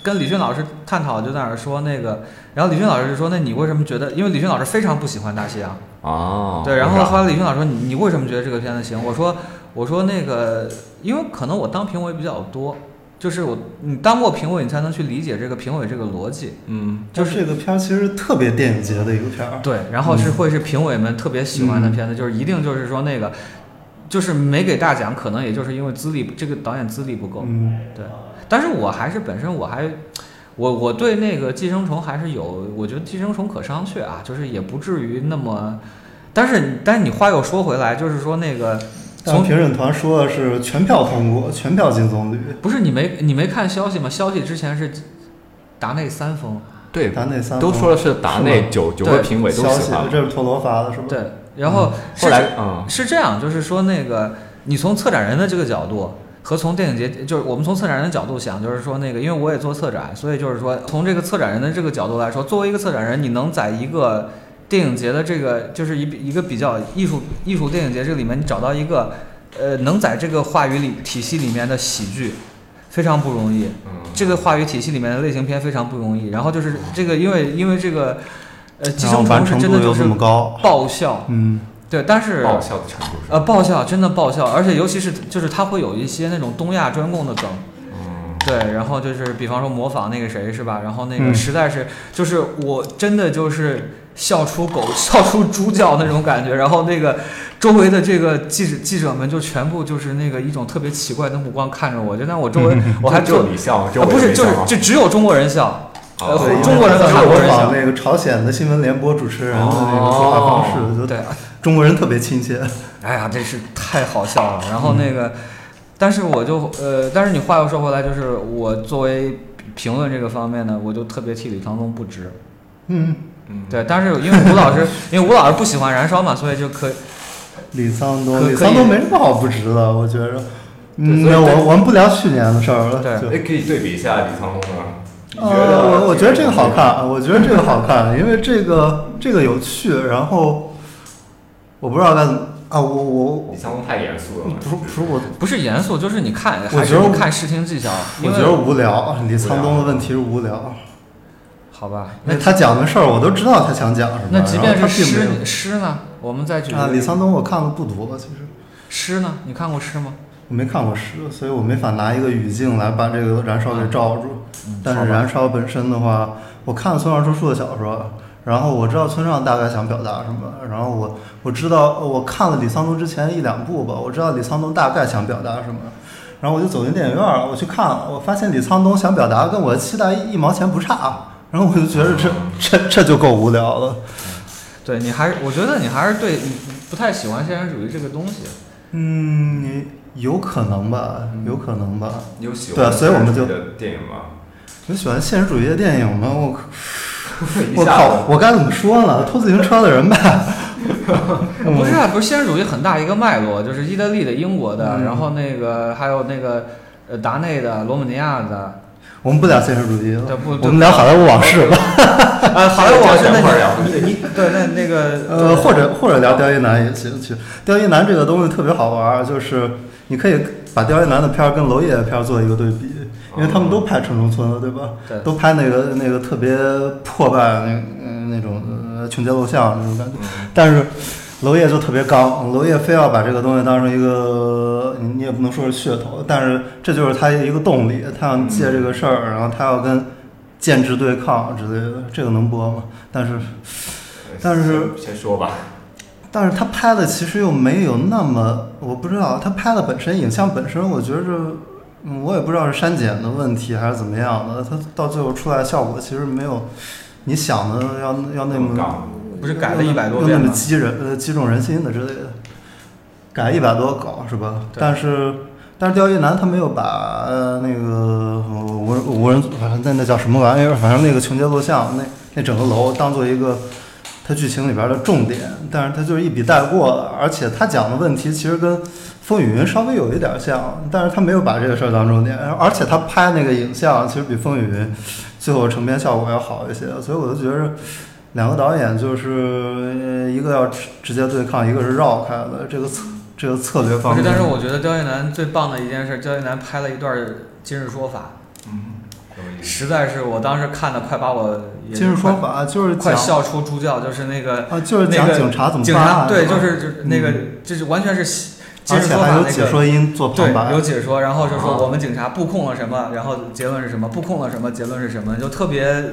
跟李迅老师探讨，就在那儿说那个，然后李迅老师就说，那你为什么觉得？因为李迅老师非常不喜欢大西洋，
哦，
对，然后
我知道
后来李迅老师说，你你为什么觉得这个片子行？我说我说那个，因为可能我当评委比较多，就是我你当过评委，你才能去理解这个评委这个逻辑，
嗯，
就是这个片儿其实特别电影节的一个片儿，
对，然后
嗯
是会是评委们特别喜欢的片子，就是一定就是说那个，就是没给大奖，可能也就是因为资历，这个导演资历不够。
嗯，
对，但是我还是本身我还，我我对那个寄生虫还是有，我觉得寄生虫可商榷啊，就是也不至于那么，但是但是你话又说回来，就是说那个
但
从
评审团说的是全票通过，全票金棕榈，
不是你没你没看消息吗？消息之前是达内三封，
对，
达内三
都说了是达内
是
九九个
对
评委都
消
喜
息
欢，，
这是陀螺发的是吧？
对，然后是
后来嗯
啊
是这样，就是说那个你从策展人的这个角度。和从电影节，就是我们从策展人的角度想，就是说那个，因为我也做策展，所以就是说从这个策展人的这个角度来说，作为一个策展人，你能在一个电影节的这个就是一一个比较艺术艺术电影节这里面，你找到一个呃能在这个话语里体系里面的喜剧，非常不容易。
嗯，
这个话语体系里面的类型片非常不容易。然后就是这个，因为因为这个呃寄
然后
生
完
虫是
成
真
度
的就
又
是
这么高，
爆笑，
嗯，
对，但是
爆笑的程度是，
呃，爆笑真的爆笑，而且尤其是就是它会有一些那种东亚专供的梗，
哦
嗯，
对，然后就是比方说模仿那个谁是吧？然后那个
嗯
实在是、就是我真的就是笑出狗 笑出猪叫那种感觉，然后那个周围的这个记者记者们就全部就是那个一种特别奇怪的目光看着我，就但我周围我还
嗯就
做
就你笑，就
啊
我
不是
没
就是
笑
就只有中国人笑，呃
哦
对，因为
中国人和
他
韩国人
模
笑
仿。那个朝鲜的新闻联播主持人的那个说话方式，就
哦对，
中国人特别亲切。
哎呀，真是太好笑了。然后那个，
嗯
但是我就呃，但是你话又说回来，就是我作为评论这个方面呢，我就特别替李沧东不值。
嗯，
嗯，
对，但是因为吴老师，因为吴老师不喜欢燃烧嘛，所以就可以
李沧东，
可
李
可以
沧东没什么好不值的，我觉着。嗯，
所以
那
对
我我们不聊去年的事儿了。
对
就
哎，可以对比一下李沧东啊，你觉得？
呃，我我觉得这个好看，啊，我觉得这个好看，因为这个这个有趣，然后我不知道该怎么啊，我我
李沧东太严肃了嘛，
不是不是我，
不是严肃，就是你看
我
还是
觉得
不看视听技巧。
我
因为
觉得无聊。李沧东的问题是无聊，
好吧，
因
那
为他讲的事儿我都知道他想讲什么。
那即便
然后
是
他并没有
诗诗呢，我们再举个
啊，李
例子
沧东我看的不多，其实
诗呢，你看过诗吗？
我没看过诗，所以我没法拿一个语境来把这个燃烧
啊
给罩住。但
好
是
吧
燃烧本身的话，我看了村上春树的小说，然后我知道村上大概想表达什么，然后我我知道我看了李沧东之前一两部吧，我知道李沧东大概想表达什么，然后我就走进电影院儿，我去看了，我发现李沧东想表达跟我的期待一毛钱不差，然后我就觉得这这这就够无聊了。
对你还是，我觉得你还是对你你不太喜欢现实主义这个东西。
嗯，你有可能吧，有可能吧。
你有喜欢
对啊所以我们就
的电影吗？
你喜欢现实主义的电影吗？我
一
我
下子
靠，我该怎么说呢？拖自行车的 人吧，嗯
不是啊，不是现实主义很大一个脉络，就是意大利的、英国的，
嗯
然后那个还有那个呃达内的、罗马尼亚的，
我们不聊现实主义了
对不，
嗯我们聊呃好莱坞往事吧。
啊，好莱坞
这
往事
这
那
块儿聊
你你你对那那个
呃，或者或者聊刁亦男也行。去刁亦男这个东西特别好玩儿，就是你可以把刁亦男的片儿跟娄烨的片儿做一个对比，因为他们都拍城中村了，对吧？
对
都拍那个那个特别破败那嗯那种呃穷街陋巷那种感觉，但是娄烨就特别刚，娄烨非要把这个东西当成一个你你也不能说是噱头，但是这就是他一个动力，他要借这个事儿，然后他要跟建制对抗之类的，这个能播吗？但是但是
先先说吧，
但是他拍的其实又没有那么，我不知道他拍的本身影像本身，我觉着，嗯，我也不知道是删减的问题还是怎么样的，他到最后出来的效果其实没有你想的要要那么
杠，
不是改了100多
要
遍
那么
吗
激人呃击中人心的之类的，改一百多稿是吧？
对
但是但是刁亦男他没有把呃那个呃无人无人反正那那叫什么玩意儿，反正那个穷街陋巷那那整个楼当做一个他剧情里边的重点，但是他就是一笔带过了，而且他讲的问题其实跟《风雨云》稍微有一点像，但是他没有把这个事儿当重点，而且他拍那个影像其实比《风雨云》最后成片效果要好一些，所以我就觉着两个导演就是呃一个要直直接对抗，一个是绕开的，这个策这个策略
不
方
是，
面。
但是我觉得刁亦男最棒的一件事，刁亦男拍了一段《今日说法
嗯，有意》，思。
实在是我当时看的快把我也
今日说法啊就是
快
讲
快笑出猪叫，就是那个
啊，就是
那
讲
个
警察怎么
警
办
察
案，
对，就是
吧
是就是那个就是完全是西今
而
日
且
说
还
法
有
那
解
个。
说音做旁
对，有
白，
解说，然后就说
啊
我们警察布控了什么，然后结论是什么，布控了什么，结论是什么，就特别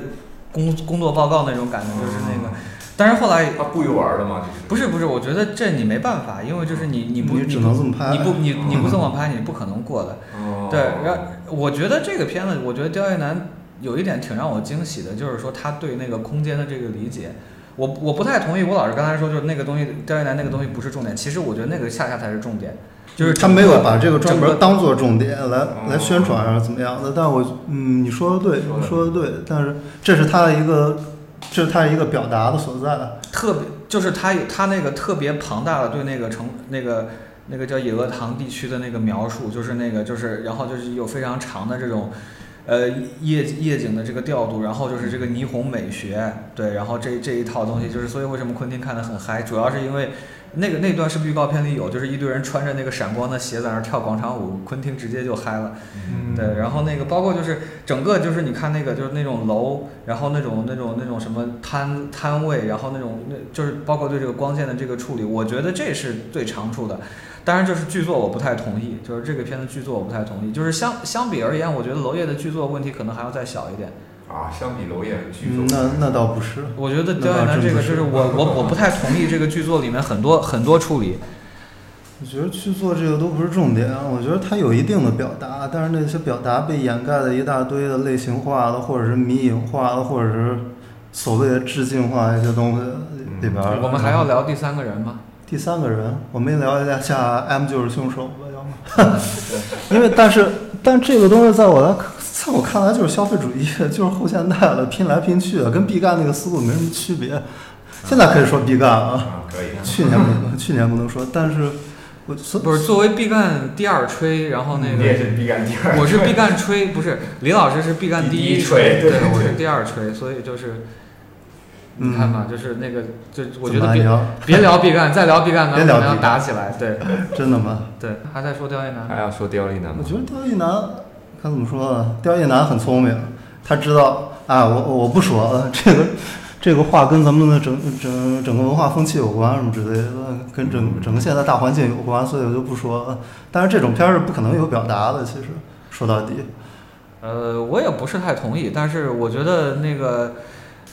工工作报告那种感觉，就是那
啊
个。但是后来
他故意玩的吗？就是
不是不是，我觉得这你没办法，因为就是你你不
你只能这么拍啊
你不你你不这么拍，你不可能过的。
哦，
对，然后我觉得这个片子，我觉得刁亦男有一点挺让我惊喜的，就是说他对那个空间的这个理解。我我不太同意吴老师刚才说，就是那个东西，刁亦男那个东西不是重点。其实我觉得那个恰恰才是重点，就是
他没
整
有
个
把这个专
整
门当做重点来来
哦
宣传啊怎么样的。但我嗯，你说的对，
说
你
得
说的对，但是这是他的一个，这是他一个表达的所在。啊
特别，就是他有他那个特别庞大的对那个城那个那个叫野鹅塘地区的那个描述，就是那个就是然后就是有非常长的这种。呃，夜夜景的这个调度，然后就是这个霓虹美学，对，然后这这一套东西，就是所以为什么昆汀看得很嗨，主要是因为那个那段是不是预告片里有，就是一堆人穿着那个闪光的鞋在那儿跳广场舞，昆汀直接就嗨了。
嗯
对，然后那个包括就是整个就是你看那个就是那种楼，然后那种那种那种什么摊摊位，然后那种那就是包括对这个光线的这个处理，我觉得这是最长处的。当然，就是剧作我不太同意，就是这个片子剧作我不太同意，就是相相比而言，我觉得娄烨的剧作问题可能还要再小一点。
啊，相比娄烨剧
嗯
作，
那那倒不是，
我觉得
那
刁
倒
亦男
真
这
不
个
是
就是我我我不太同意这个剧作里面很多很多处理，
我觉得去做这个都不是重点，啊我觉得它有一定的表达，但是那些表达被掩盖了一大堆的类型化的，或者是迷影化的，或者是所谓的致敬化一些东西里边儿。
我们还要聊第三个人吗？
第三个人，我们聊一下 M 就是凶手吧，要 么，因为但是但这个东西在我来在我看来就是消费主义，就是后现代了，拼来拼去的，跟毕赣那个思路没什么区别。现在可以说毕赣啊，
啊，可以，
去年不能去年不能说，但是我所
不是，作为毕赣第二吹，然后那
你
个
也是必干第 二，
我是必干吹，不是李老师是必干
第
一
一吹
吹，
对，
对我是第二吹，所以就是，
嗯
你看吧，就是那个，就我觉
怎
得
么
别
聊
别聊必干，再聊必干，咱
别
们
聊
可能要
毕赣
打起来，对
真的吗？
对，还在说刁亦男，
还要说刁亦男
我
吗？
觉
嗯
得刁亦男，他怎么说呢？刁亦男很聪明，他知道啊，我我不说呃这个这个话跟咱们的整整整个文化风气有关什么之类的，跟
嗯
整整个现在大环境有关，所以我就不说了。但是这种片儿是不可能有表达的，其实说到底，
呃，我也不是太同意，但是我觉得那个。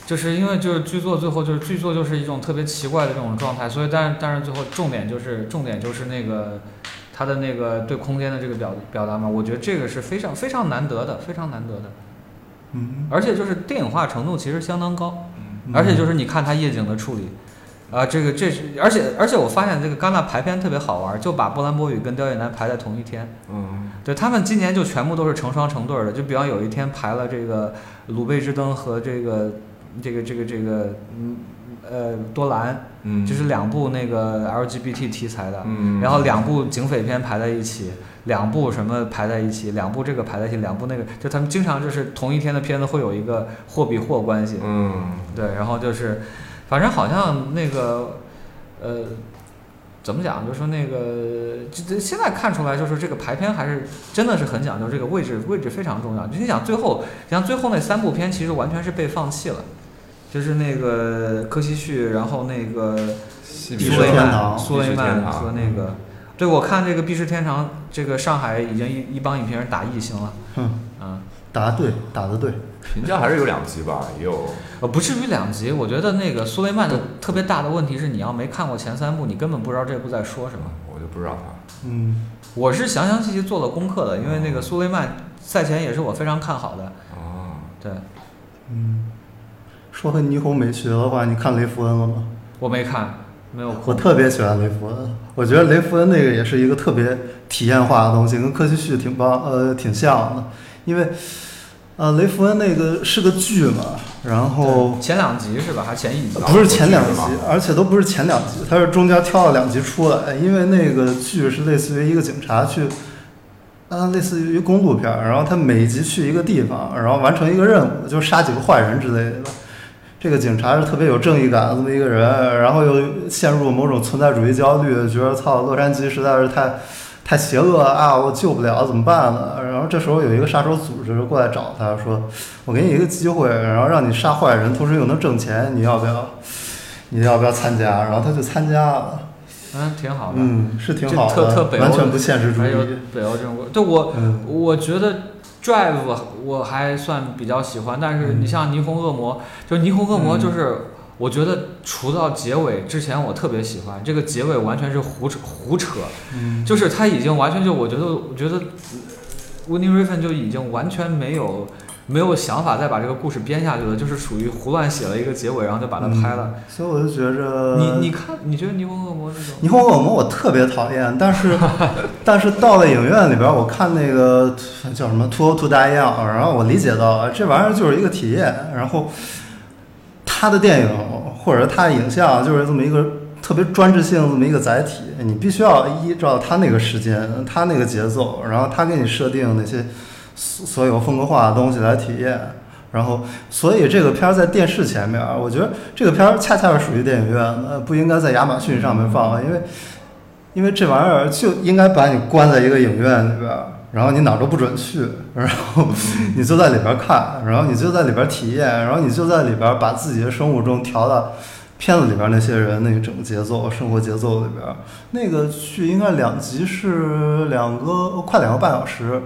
就是因为就是剧作最后就是剧作就是一种特别奇怪的这种状态，所以但是但是最后重点就是重点就是那个他的那个对空间的这个表表达嘛，我觉得这个是非常非常难得的，非常难得的。
嗯，
而且就是电影化程度其实相当高，
嗯
而且就是你看它夜景的处理，啊、这个这是，而且而且我发现这个戛纳排片特别好玩，就把波兰波语跟刁亦男排在同一天，
嗯，
对他们今年就全部都是成双成对儿的，就比方有一天排了这个鲁贝之灯和这个这个这个这个嗯呃多兰，
嗯
就是两部那个 LGBT 题材的，
嗯，
然后两部警匪片排在一起，两部什么排在一起，两部这个排在一起，两部那个，就他们经常就是同一天的片子会有一个货比货关系，
嗯，
对，然后就是，反正好像那个，呃，怎么讲，就说那个，这这现在看出来就是这个排片还是真的是很讲究，这个位置位置非常重要。就你想最后，你像最后那三部片其实完全是被放弃了，就是那个柯西旭，然后那个。
西
比
比
如
苏
说
伦
维
天
曼，
堂嗯
苏维曼
避世天堂
和那个，对我看这个《避世天堂》，这个上海已经一一帮影评人打异星了，
哼，
啊，
答对，打的对，
评价还是有两极吧，也有
呃，不至于两极。我觉得那个苏维曼的特别大的问题是，你要没看过前三部，你根本不知道这部在说什么。
我就不知道他，
嗯，
我是详详细细做了功课的，因为那个苏维曼赛前也是我非常看好的，
哦，
对
嗯说回霓虹美学的话，你看雷福恩了吗？
我没看，没有空
我。特别喜欢雷福恩，我觉得雷福恩那个也是一个特别体验化的东西，跟柯西旭挺棒，呃，挺像的。因为，呃，雷福恩那个是个剧嘛，然后
对前两集是吧？还是前一集？
不是前两集
是吧，
而且都不是前两集，它是中间挑了两集出来，因为那个剧是类似于一个警察去，啊，类似于公路片儿，然后他每一集去一个地方，然后完成一个任务，就杀几个坏人之类的。这个警察是特别有正义感的这么一个人，然后又陷入某种存在主义焦虑，觉得操，洛杉矶实在是太太邪恶了啊，我救不了，怎么办呢？然后这时候有一个杀手组织过来找他说：“我给你一个机会，然后让你杀坏人，同时又能挣钱，你要不要？你要不要参加？”然后他就参加了，
嗯，挺好的。
嗯，是挺
这
好的，
特特北欧
完全不现实主
还有
义。
北欧这种国，对我、
嗯
我觉得 Drive 我还算比较喜欢，但是你像霓虹恶魔，就霓虹恶魔就是。我觉得除到结尾之前，我特别喜欢这个结尾，完全是胡扯胡扯，
嗯，
就是他已经完全就我觉得，我觉得 Winnie Riffen 就已经完全没有没有想法再把这个故事编下去了，就是属于胡乱写了一个结尾，然后就把它拍了。
嗯所以我就觉着
你你看，你觉得《霓虹恶魔》那种？
霓虹恶魔我特别讨厌，但是但是到了影院里边儿，我看那个叫什么《脱欧 o 大样》，然后我理解到这玩意儿就是一个体验，然后他的电影或者他的影像就是这么一个特别专制性这么一个载体，你必须要依照他那个时间、他那个节奏，然后他给你设定那些所所有风格化的东西来体验。然后，所以这个片儿在电视前面儿，我觉得这个片儿恰恰是属于电影院，呃，不应该在亚马逊上面放，啊因为因为这玩意儿就应该把你关在一个影院里边儿，然后你哪儿都不准去，然后你就在里边儿看，然后你就在里边儿体验，然后你就在里边儿把自己的生活中调到片子里边儿那些人那个整个节奏、生活节奏里边儿。那个剧应该两集是两个、哦快两个半小时，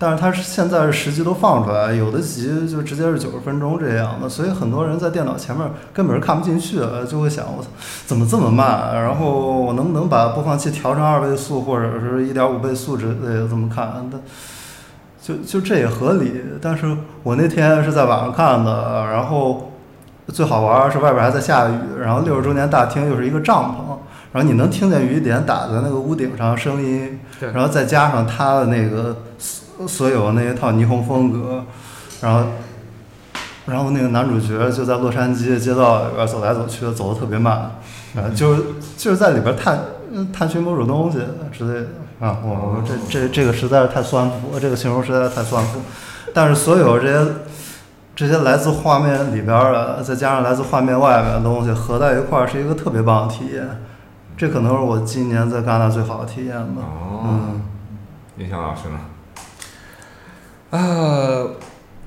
但是它是现在是十集都放出来，有的集就直接是九十分钟这样的，所以很多人在电脑前面根本是看不进去，就会想我操怎么这么慢？然后我能不能把播放器调成二倍速或者是一点五倍速之类的这么看？但就就这也合理，但是我那天是在网上看的，然后最好玩儿是外边还在下雨，然后六十周年大厅又是一个帐篷，然后你能听见雨点打在那个屋顶上的声音，
对
然后再加上他的那个所所有那一套霓虹风格，然后然后那个男主角就在洛杉矶的街道里边走来走去，走的特别慢，啊，就是就是在里边探嗯探寻某种东西之类的啊。我我这这这个实在是太酸腐，这个形容实在是太酸腐。但是所有这些这些来自画面里边儿的，再加上来自画面外面的东西合在一块儿，是一个特别棒的体验。这可能是我今年在戛纳最好的体验吧。
哦，
嗯，
云翔老师呢？
呃，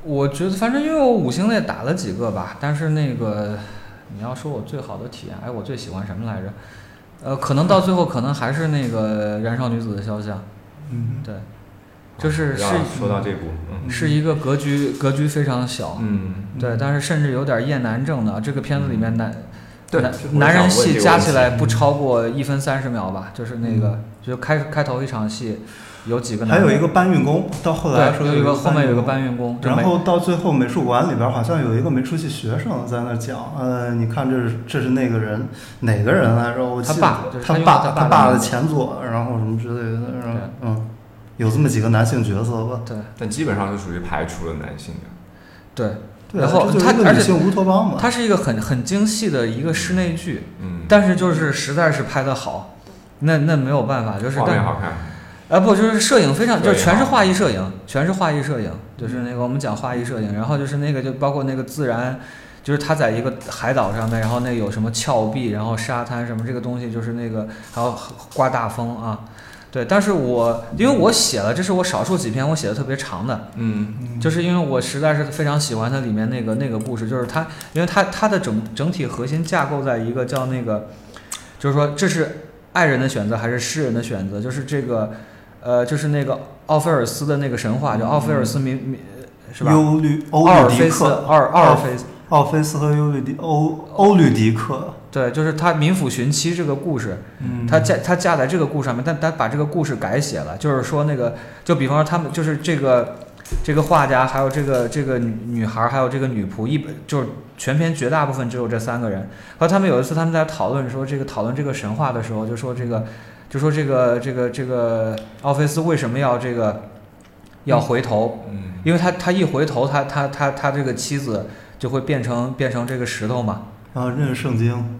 我觉得反正因为我五星类打了几个吧，但是那个你要说我最好的体验，哎，我最喜欢什么来着？呃，可能到最后可能还是那个燃烧女子的肖像，
嗯，
对，就是是
哦让说到这部，嗯
是一个格局格局非常小，
嗯，
对，但是甚至有点厌男症的。这个片子里面男
对
男
是我
男人
想问这
戏
个
加
问
起
题
来不超过一分三十秒吧，就是那个就开开头一场戏有几个男
还
的，
有一个搬运工，到后来说
对，有一个后面有一个
搬运
搬运
工
工，就没
然后到最后，美术馆里边好像有一个没出息学生在那讲，呃，你看这是这是那个人哪个人来着？我记得
他爸就是他
他
用他
爸
爸的
爸
名
的
字
前作，然后什么之类的，然
对
后嗯，有这么几个男性角色吧？
对
但基本上是属于排除了男性的，
对，
对，啊
然后
这就是
他
一个
而
女
且
性乌托邦嘛。
它是一个很很精细的一个室内剧，
嗯，
但是就是实在是拍的好，那那没有办法，就是
画面
但
好看，
啊不就是摄影非常
对
就是全是
好
画意摄影，全是画意摄影，就是那个我们讲画意摄影，然后就是那个就包括那个自然，就是它在一个海岛上面，然后那有什么峭壁，然后沙滩什么这个东西就是那个还有刮大风啊，对，但是我因为我写了，这是我少数几篇我写的特别长的，
嗯，
就是因为我实在是非常喜欢它里面那个那个故事，就是它，因为它它的整整体核心架构在一个叫那个，就是说这是爱人的选择还是诗人的选择，就是这个，呃，就是那个奥菲尔斯的那个神话，叫奥菲尔斯民民是吧？
忧虑嗯欧
奥尔
律
菲
狄
斯，
克，哦
奥尔奥尔菲斯，
奥菲斯和尤律狄欧欧律狄克，
对，就是他民府寻妻这个故事，
嗯，
他架他架在这个故事上面，但他把这个故事改写了，就是说那个，就比方说他们就是这个这个画家，还有这个这个女女孩，还有这个女仆，一本就是全篇绝大部分只有这三个人。和他们有一次他们在讨论说这个讨论这个神话的时候，就说这个就说这个这个这个奥菲斯为什么要这个要回头，
嗯，
因为他他一回头，他他他他这个妻子就会变成变成这个石头嘛。
啊，认识圣经，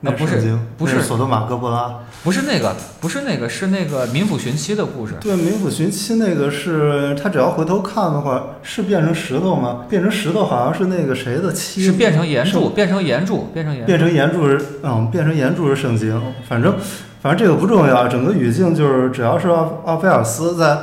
那
不是
圣经
不
那
是
索多玛哥布拉。
不是那个，不是那个，是那个民府寻妻的故事。
对，冥府寻妻那个是他只要回头看的话，是变成石头吗？变成石头好像是那个谁的妻，
是变成岩
是
柱，变成岩柱，变成岩柱
变。成岩柱是嗯，变成岩柱是圣经，反正反正这个不重要，整个语境就是只要是奥奥菲尔斯在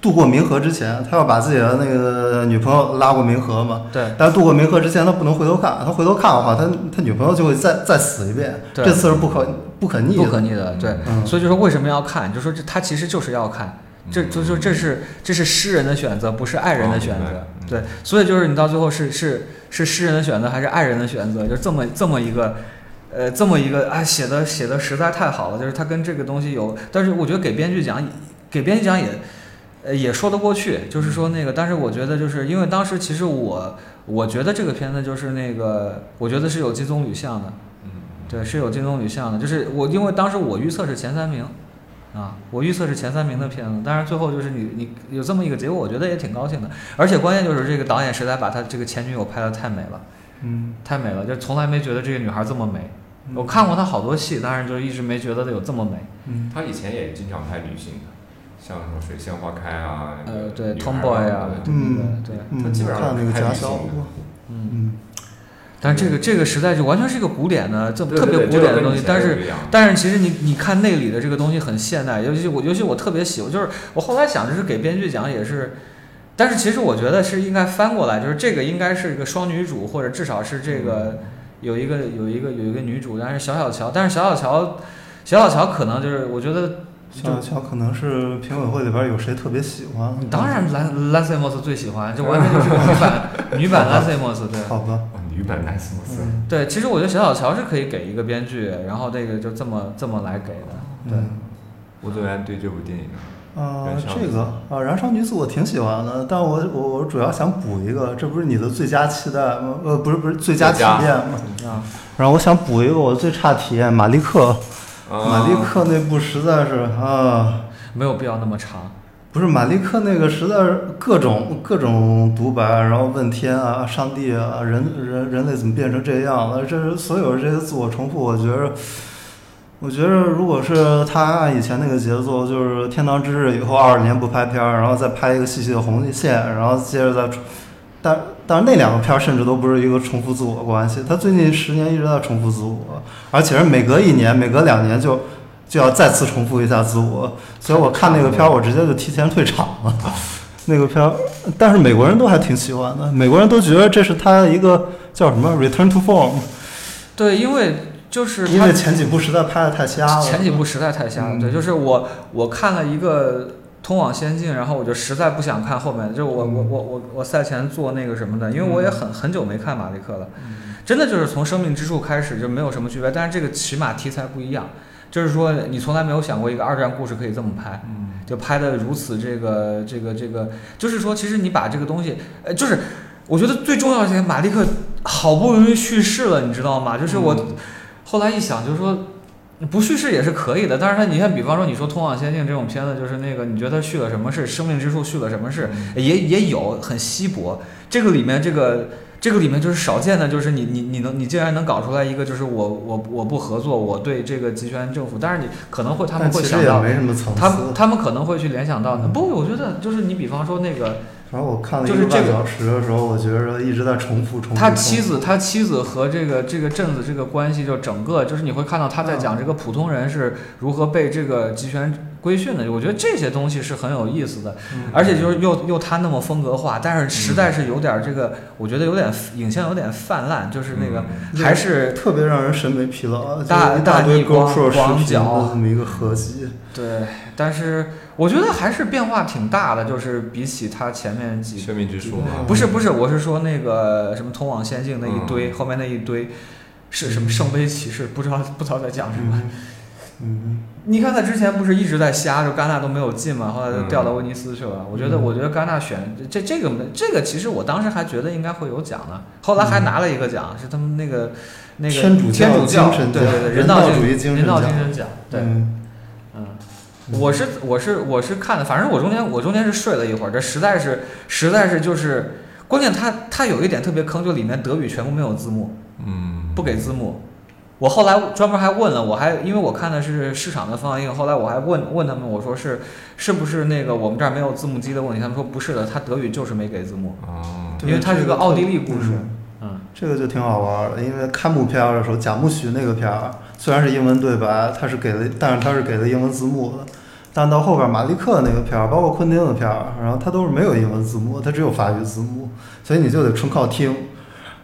渡过冥河之前，他要把自己的那个女朋友拉过冥河嘛。
对
但渡过冥河之前，他不能回头看，他回头看的话，他他女朋友就会再再死一遍，
对
这次是不可不可逆的。
不可逆的，对。
嗯
所以就说为什么要看？就说这他其实就是要看，这就就这是这是诗人的选择，不是爱人的选择
哦。明白
对，所以就是你到最后是是是诗人的选择还是爱人的选择，就这么这么一个。呃，这么一个啊，写的写的实在太好了，就是他跟这个东西有，但是我觉得给编剧讲，给编剧讲也，呃，也说得过去，就是说那个，但是我觉得就是因为当时其实我我觉得这个片子就是那个，我觉得是有金棕榈像的，
嗯
对，是有金棕榈像的，就是我因为当时我预测是前三名，啊，我预测是前三名的片子，但是最后就是你你有这么一个结果，我觉得也挺高兴的，而且关键就是这个导演实在把他这个前女友拍的太美了，
嗯，
太美了，就从来没觉得这个女孩这么美。我看过她好多戏，但是就一直没觉得她有这么美。
嗯
他以前也经常拍女性的，像什么《水仙花开》啊，那
呃，
个
对
女孩
，Tomboy 啊，
对
对
嗯
对对，
嗯，
他基本上
看那个
拍女
假
性
小
的
屋，
嗯。
嗯。
但是这个这个时代就完全是一个古典的，这么
对
特
对
别
对
古典的东西。
这
但
个跟以前
是
不一样
但是其实你你看内里的这个东西很现代，尤其我尤其我特别喜欢，就是我后来想就是给编剧讲也是，但是其实我觉得是应该翻过来，就是这个应该是一个双女主，或者至少是这个有一个有一个有一个女主，但是小小乔，但是小小乔小小乔可能就是我觉得
小小乔可能是评委会里边有谁特别喜欢？
嗯当然兰兰塞莫斯最喜欢，这完全就是女版女版兰塞莫斯对。
好吧，
哦女版男斯莫斯，
嗯
对，其实我觉得小小乔是可以给一个编剧，然后这个就这么这么来给的。对，
嗯
吴泽源对这部电影
啊
燃，烧
这个啊，燃烧女子我挺喜欢的，但我我我主要想补一个，这不是你的最佳期待吗？呃，不是不是最佳体
最佳
验吗？
啊，
然后我想补一个我最差体验，马利克，马利
啊
克那部实在是啊，
没有必要那么长。
不是马利克那个实在是各种各种独白，然后问天啊、上帝啊、人人人类怎么变成这样了？这是所有这些自我重复，我觉着，我觉着如果是他按以前那个节奏，就是《天堂之日》以后二十年不拍片儿，然后再拍一个细细的红线，然后接着再重，但但是那两个片儿甚至都不是一个重复自我关系，他最近十年一直在重复自我，而且是每隔一年、每隔两年就就要再次重复一下自我，所以我看那个片儿，我直接就提前退场了。 那个片儿，但是美国人都还挺喜欢的，美国人都觉得这是他一个叫什么《Return to Form
对，因为就是》，
因
他
为前几部实在拍的太瞎了。
前几部实在太瞎了。
嗯
对，就是我我看了一个《通往仙境》，然后我就实在不想看后面，就是
嗯
我我我我我赛前做那个什么的，因为我也很很久没看马利克了，
嗯
真的就是从《生命之树》开始就没有什么区别，但是这个起码题材不一样。就是说，你从来没有想过一个二战故事可以这么拍，
嗯
就拍的如此这个这个这个，就是说，其实你把这个东西，呃，就是我觉得最重要的一点，马利克好不容易去世了，你知道吗？就是我
嗯
后来一想，就是说不叙事也是可以的，但是他你看，比方说你说《通往仙境》这种片子，就是那个你觉得续了什么事，《生命之树》续了什么事，
嗯
也也有很稀薄。这个里面这个这个里面就是少见的，就是你你你能你竟然能搞出来一个，就是我我我不合作，我对这个集权政府，但是你可能会他们
但
会
其实
想
也
到。
没什么层次。
他们他们可能会去联想到，不，我觉得就是你比方说那个
反正我看了一
就
个
是这
半
个
小时的时候，我觉着一直在重复重复。
他
重复
妻子，他妻子和这个这个镇子这个关系，就整个就是你会看到他在讲这个普通人是如何被这个集权规训的。我觉得这些东西是很有意思的，而且就是又又他那么风格化，但是实在是有点这个，我觉得有点影像有点泛滥，就是那个
嗯
还是
特别让人审美疲劳，啊就是
大
一大
大
堆
逆光
GoPro 视
广
频
角
的这么一个合集。
对，但是我觉得还是变化挺大的，就是比起他前面几
生命之树嘛，
不是不是，我是说那个什么通往仙境那一堆，
嗯
后面那一堆是什么圣杯骑士，不知道不知道在讲什么。
嗯嗯，
你看他之前不是一直在瞎，就戛纳都没有进嘛，后
嗯
来就调到威尼斯去了。我觉得，我觉得戛纳选这这个这个，其实我当时还觉得应该会有奖呢，后来还拿了一个奖，是他们那个那个
嗯天主教
天主教
精神
对
奖
对对，
人道
道
主义精神
人道
奖
精神奖，对，
嗯
嗯，我是我是我是看的，反正我中间我中间是睡了一会儿，这实在是实在是就是，关键它它有一点特别坑，就里面德语全部没有字幕，
嗯，
不给字幕，我后来专门还问了，我还因为我看的是市场的放映，后来我还问问他们，我说是是不是那个我们这儿没有字幕机的问题？他们说不是的，他德语就是没给字幕，
哦，
因为它是个奥地利故事。嗯，
这个就挺好玩儿的，因为开幕片儿的时候，贾木许那个片儿虽然是英文对白，它是给了，但是它是给了英文字幕的。但到后边马利克那个片儿，包括昆汀的片儿，然后它都是没有英文字幕，它只有法语字幕，所以你就得纯靠听。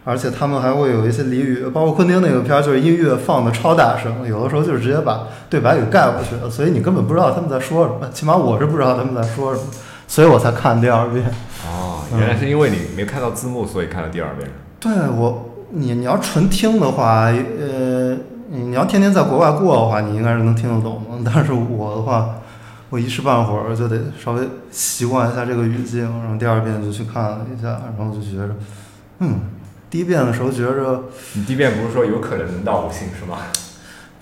而且他们还会有一些俚语，包括昆汀那个片儿，就是音乐放的超大声，有的时候就是直接把对白给盖过去了，所以你根本不知道他们在说什么，起码我是不知道他们在说什么，所以我才看第二遍。
哦，原来是因为你没看到字幕，所以看了第二遍。
对我，你你要纯听的话，呃，你要天天在国外过的话，你应该是能听得懂的。但是我的话，我一时半会儿就得稍微习惯一下这个语境，然后第二遍就去看了一下，然后就觉着，嗯，第一遍的时候觉着，
你第一遍不是说有可能能到五星是吗？
嗯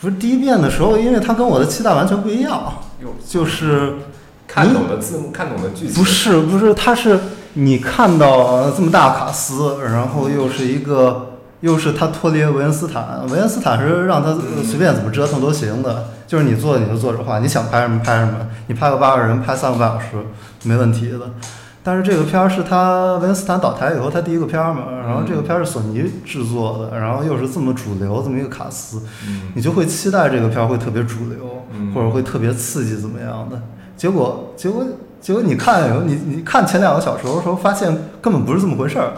不是第一遍的时候，因为它跟我的期待完全不一样
哟，
就是
看懂的字幕，看懂的剧情，
不是不是，它是你看到这么大卡斯，然后又是一个又是他脱离维恩斯坦，维恩斯坦是让他呃随便怎么折腾都行的，就是你做你就做着话，你想拍什么拍什么，你拍个八个人拍三个半小时没问题的。但是这个片儿是他维恩斯坦倒台以后他第一个片儿嘛，然后这个片儿是索尼制作的，然后又是这么主流这么一个卡斯，
嗯，
你就会期待这个片儿会特别主流，
嗯
或者会特别刺激怎么样的。结果，结果，结果你看有你你看前两个小时的时候，发现根本不是这么回事儿。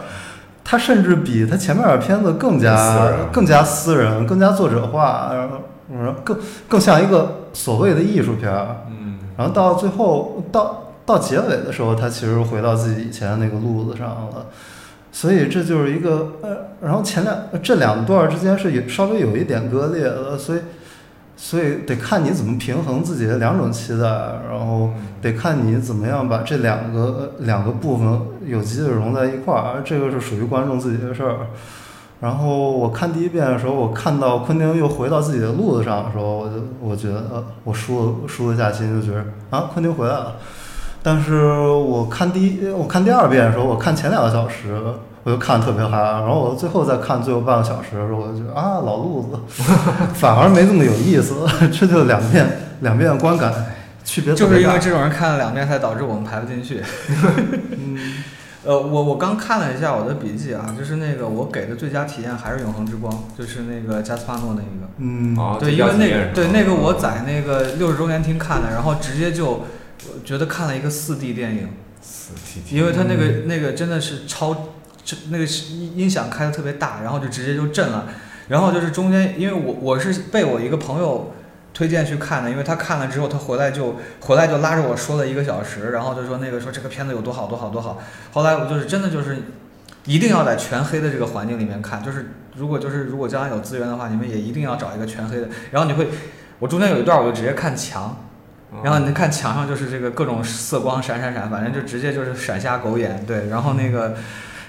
它甚至比它前面的片子更
更私
加
人
更加私人，更加作者化，然后然后更更像一个所谓的艺术片儿。
嗯，
然后到最后到到结尾的时候，他其实回到自己以前的那个路子上了，所以这就是一个呃，然后前两这两段之间是有稍微有一点割裂的，所以所以得看你怎么平衡自己的两种期待，然后得看你怎么样把这两个呃两个部分有机的融在一块儿，这个是属于观众自己的事儿。然后我看第一遍的时候，我看到昆汀又回到自己的路子上的时候，我就我觉得呃我舒舒了一下心，就觉得啊，昆汀回来了。但是我看第一，我看第二遍的时候，我看前两个小时，我就看得特别嗨，然后我最后再看最后半个小时的时候，我就觉得啊，老路子， 反而没这么有意思， 这就两遍两遍观感区别特
就是
别
因
大
为。这种人看了两遍，才导致我们排不进去。
嗯
呃，我我刚看了一下我的笔记啊，就是那个我给的最佳体验还是《永恒之光》，就是那个加斯帕诺那一个。
嗯，
哦，
对，
这
因
叫
为那
体验
个
是
对
吧
那个我在那个六十周年厅看的，然后直接就呃觉得看了一个四 D 电影，
死体体，
因为它那个那个真的是超，这那个是音音响开的特别大，然后就直接就震了。然后就是中间，因为我我是被我一个朋友推荐去看的，因为他看了之后，他回来就回来就拉着我说了一个小时，然后就说那个说这个片子有多好多好多好。后来我就是真的就是一定要在全黑的这个环境里面看，就是如果就是如果将来有资源的话，你们也一定要找一个全黑的。然后你会，我中间有一段我就直接看墙，
哦，
然后你看墙上就是这个各种色光闪闪闪，反正就直接就是闪瞎狗眼。对，然后那个，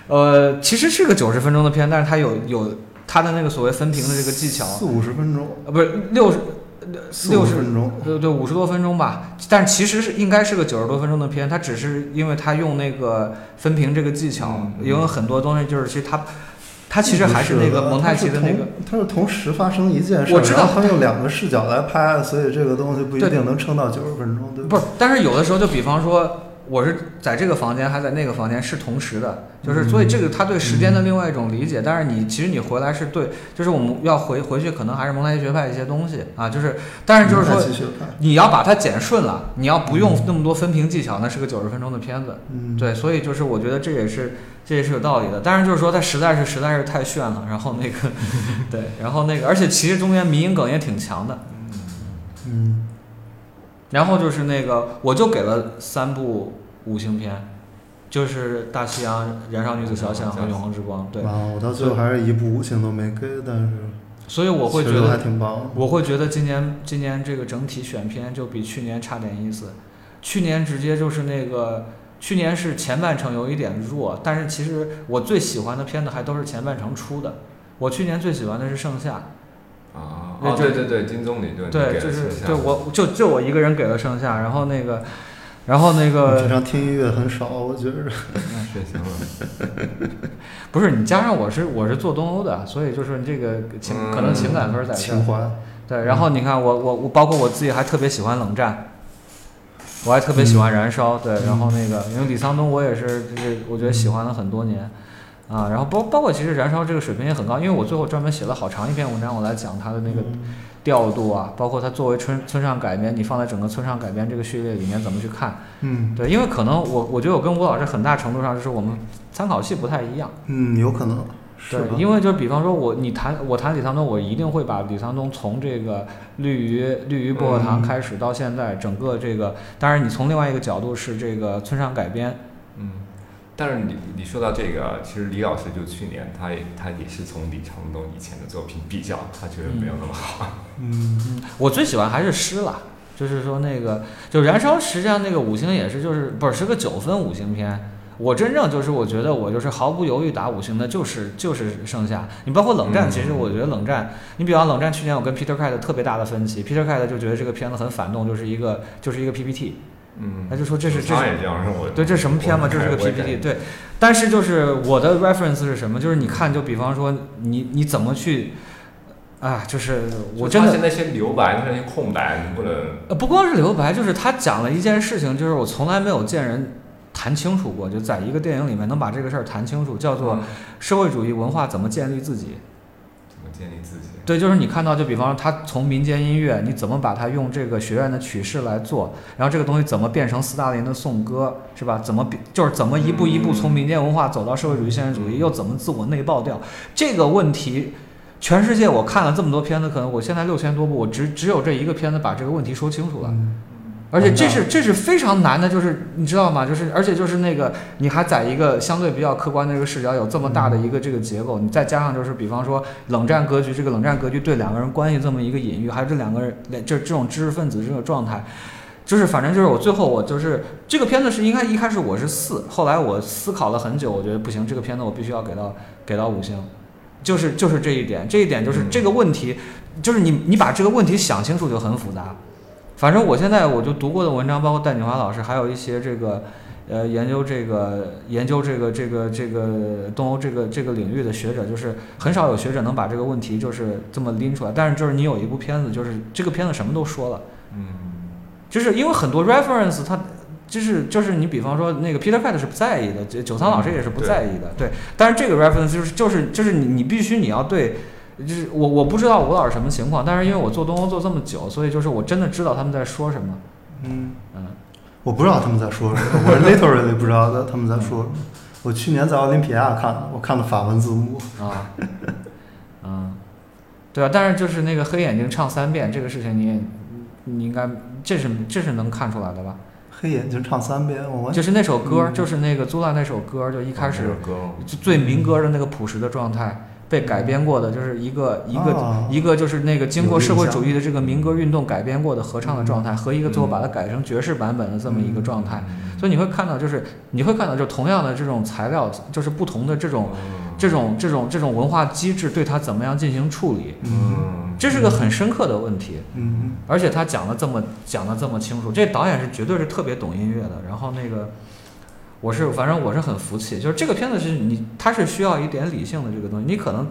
呃，其实是个九十分钟的片，但是它有有它的那个所谓分屏的这个技巧，
四五十分钟，
呃，不是六十
四
六
五
十
十分钟，
对对，五十多分钟吧，但其实是应该是个九十多分钟的片，它只是因为它用那个分屏这个技巧，
嗯
因为很多东西就是其实它，它其实还是那个蒙太奇的那个，
嗯它是同，它是同时发生一件事，
我知道
然后它用两个视角来拍，所以这个东西不一
对
定能撑到九十分钟，对吧？
不是，但是有的时候就比方说，我是在这个房间还在那个房间是同时的，就是所以这个他对时间的另外一种理解。但是你其实你回来是对，就是我们要回回去可能还是蒙太奇学派一些东西啊，就是但是就是说
继续拍，
你要把它剪顺了，你要不用那么多分屏技巧，那是个九十分钟的片子。
嗯，
对，所以就是我觉得这也是这也是有道理的，但是就是说它实在是实在是太炫了，然后那个 对，然后那个而且其实中间迷因梗也挺强的，
嗯，
然后就是那个，我就给了三部五星片，就是《大西洋》《燃烧女子
嗯
小巷》和《永恒之光》。对，
啊，我到最后还是一部五星都没给，但是
所以我会觉
其实还
得，
挺棒。
我会觉得今年今年这个整体选片就比去年差点意思。去年直接就是那个，去年是前半程有一点弱，但是其实我最喜欢的片子还都是前半程出的。我去年最喜欢的是《盛夏》，
啊，
那
哦
就
对对对，金棕榈对，你
对，
给
就
了
是
盛夏
对我就就我一个人给了盛夏，然后那个，然后那
我平
个
常听音乐很少，我觉着
那是行了。
不是你加上我是我是做东欧的，所以就是这个情可能情感分儿在这儿
嗯情。怀。
对，然后你看我我我包括我自己还特别喜欢冷战，我还特别
嗯
喜欢燃烧，对，然后那个因为李沧东我也是就是我觉得喜欢了很多年，
嗯
啊，然后包包括其实燃烧这个水平也很高，因为我最后专门写了好长一篇文章，我来讲他的那个
嗯
调度啊，包括他作为村村上改编，你放在整个村上改编这个序列里面怎么去看，
嗯
对，因为可能我我觉得我跟吴老师很大程度上就是我们参考系不太一样。
嗯，有可能是
对
吧，？
因为就比方说我你谈我谈李沧东，我一定会把李沧东从这个绿鱼绿鱼薄荷
嗯
糖开始到现在整个这个，当然你从另外一个角度是这个村上改编，
嗯，但是你你说到这个啊，其实李老师就去年他也他也是从李长东以前的作品比较，他觉得没有那么好。
嗯，
我最喜欢还是诗啦，就是说那个就燃烧，实际上那个五星也是就是不是是个九分五星片。我真正就是我觉得我就是毫不犹豫打五星的，就是就是盛夏。你包括冷战，
嗯
其实我觉得冷战，你比方冷战去年我跟 Peter Cat 特别大的分歧，Peter Cat 就觉得这个片子很反动，就是一个就是一个 PPT。
嗯，
他就说这是这
他
是
也这样让我。
对，这什么片嘛，
我
这是个
我也感
PPT。对，但是就是我的 reference 是什么？就是你看，就比方说你你怎么去啊？就是我真
就发现
的
那些留白，那些空白，能不能
呃不光是留白，就是他讲了一件事情，就是我从来没有见人谈清楚过，就在一个电影里面能把这个事儿谈清楚，叫做
嗯
社会主义文化怎么建立自己。
怎么建立自己？
对，就是你看到，就比方说他从民间音乐，你怎么把它用这个学院的曲式来做，然后这个东西怎么变成斯大林的颂歌，是吧？怎么比就是怎么一步一步从民间文化走到社会主义现实主义，又怎么自我内爆掉？这个问题，全世界我看了这么多片子，可能我现在六千多部，我只只有这一个片子把这个问题说清楚了。而且这是这是非常难的，就是你知道吗？就是而且就是那个你还在一个相对比较客观的一个视角，有这么大的一个这个结构，你再加上就是比方说冷战格局，这个冷战格局对两个人关系这么一个隐喻，还有这两个人这这种知识分子这种状态，就是反正就是我最后我就是这个片子是应该一开始我是四，后来我思考了很久，我觉得不行，这个片子我必须要给到给到五星，就是就是这一点，这一点就是
嗯
这个问题，就是你你把这个问题想清楚就很复杂。反正我现在我就读过的文章，包括戴锦华老师，还有一些这个。呃，研究这个研究这个这个这个东欧这个这个领域的学者，就是很少有学者能把这个问题就是这么拎出来。但是就是你有一部片子，就是这个片子什么都说了，
嗯
就是因为很多 reference 它。就是就是你比方说那个 Peter Cat 是不在意的，这九仓老
嗯
师也是不在意的，对。但是这个 reference 就是就是就是你你必须你要对，就是我我不知道吴老师什么情况，但是因为我做东欧做这么久，所以就是我真的知道他们在说什么，
嗯，
嗯。
我不知道他们在说什么，我 literally 不知道他们在说什么。我去年在奥林匹亚看的，我看了法文字幕。
啊，嗯，对啊，但是就是那个黑眼睛唱三遍这个事情，你也你应该这是这是能看出来的吧？
黑眼睛唱三遍，我完
就
全
是那首歌，
嗯
就是那个租烂那首歌，就一开始
哦那首歌哦
就最民歌的那个朴实的状态被改编过的，就是一个一个、
啊
一个就是那个经过
有印
社
象嗯
会主义的这个民歌运动改编过的合唱的状态，和一个最后把它改成爵士版本的这么一个状态，
嗯
所以你会看到，就是你会看到，就同样的这种材料，就是不同的这种这种这种这种文化机制对它怎么样进行处理，
嗯，
这是个很深刻的问题。
嗯
而且他讲的这么讲的这么清楚，这导演是绝对是特别懂音乐的。然后那个，我是反正我是很服气，就是这个片子是你它是需要一点理性的这个东西，你可能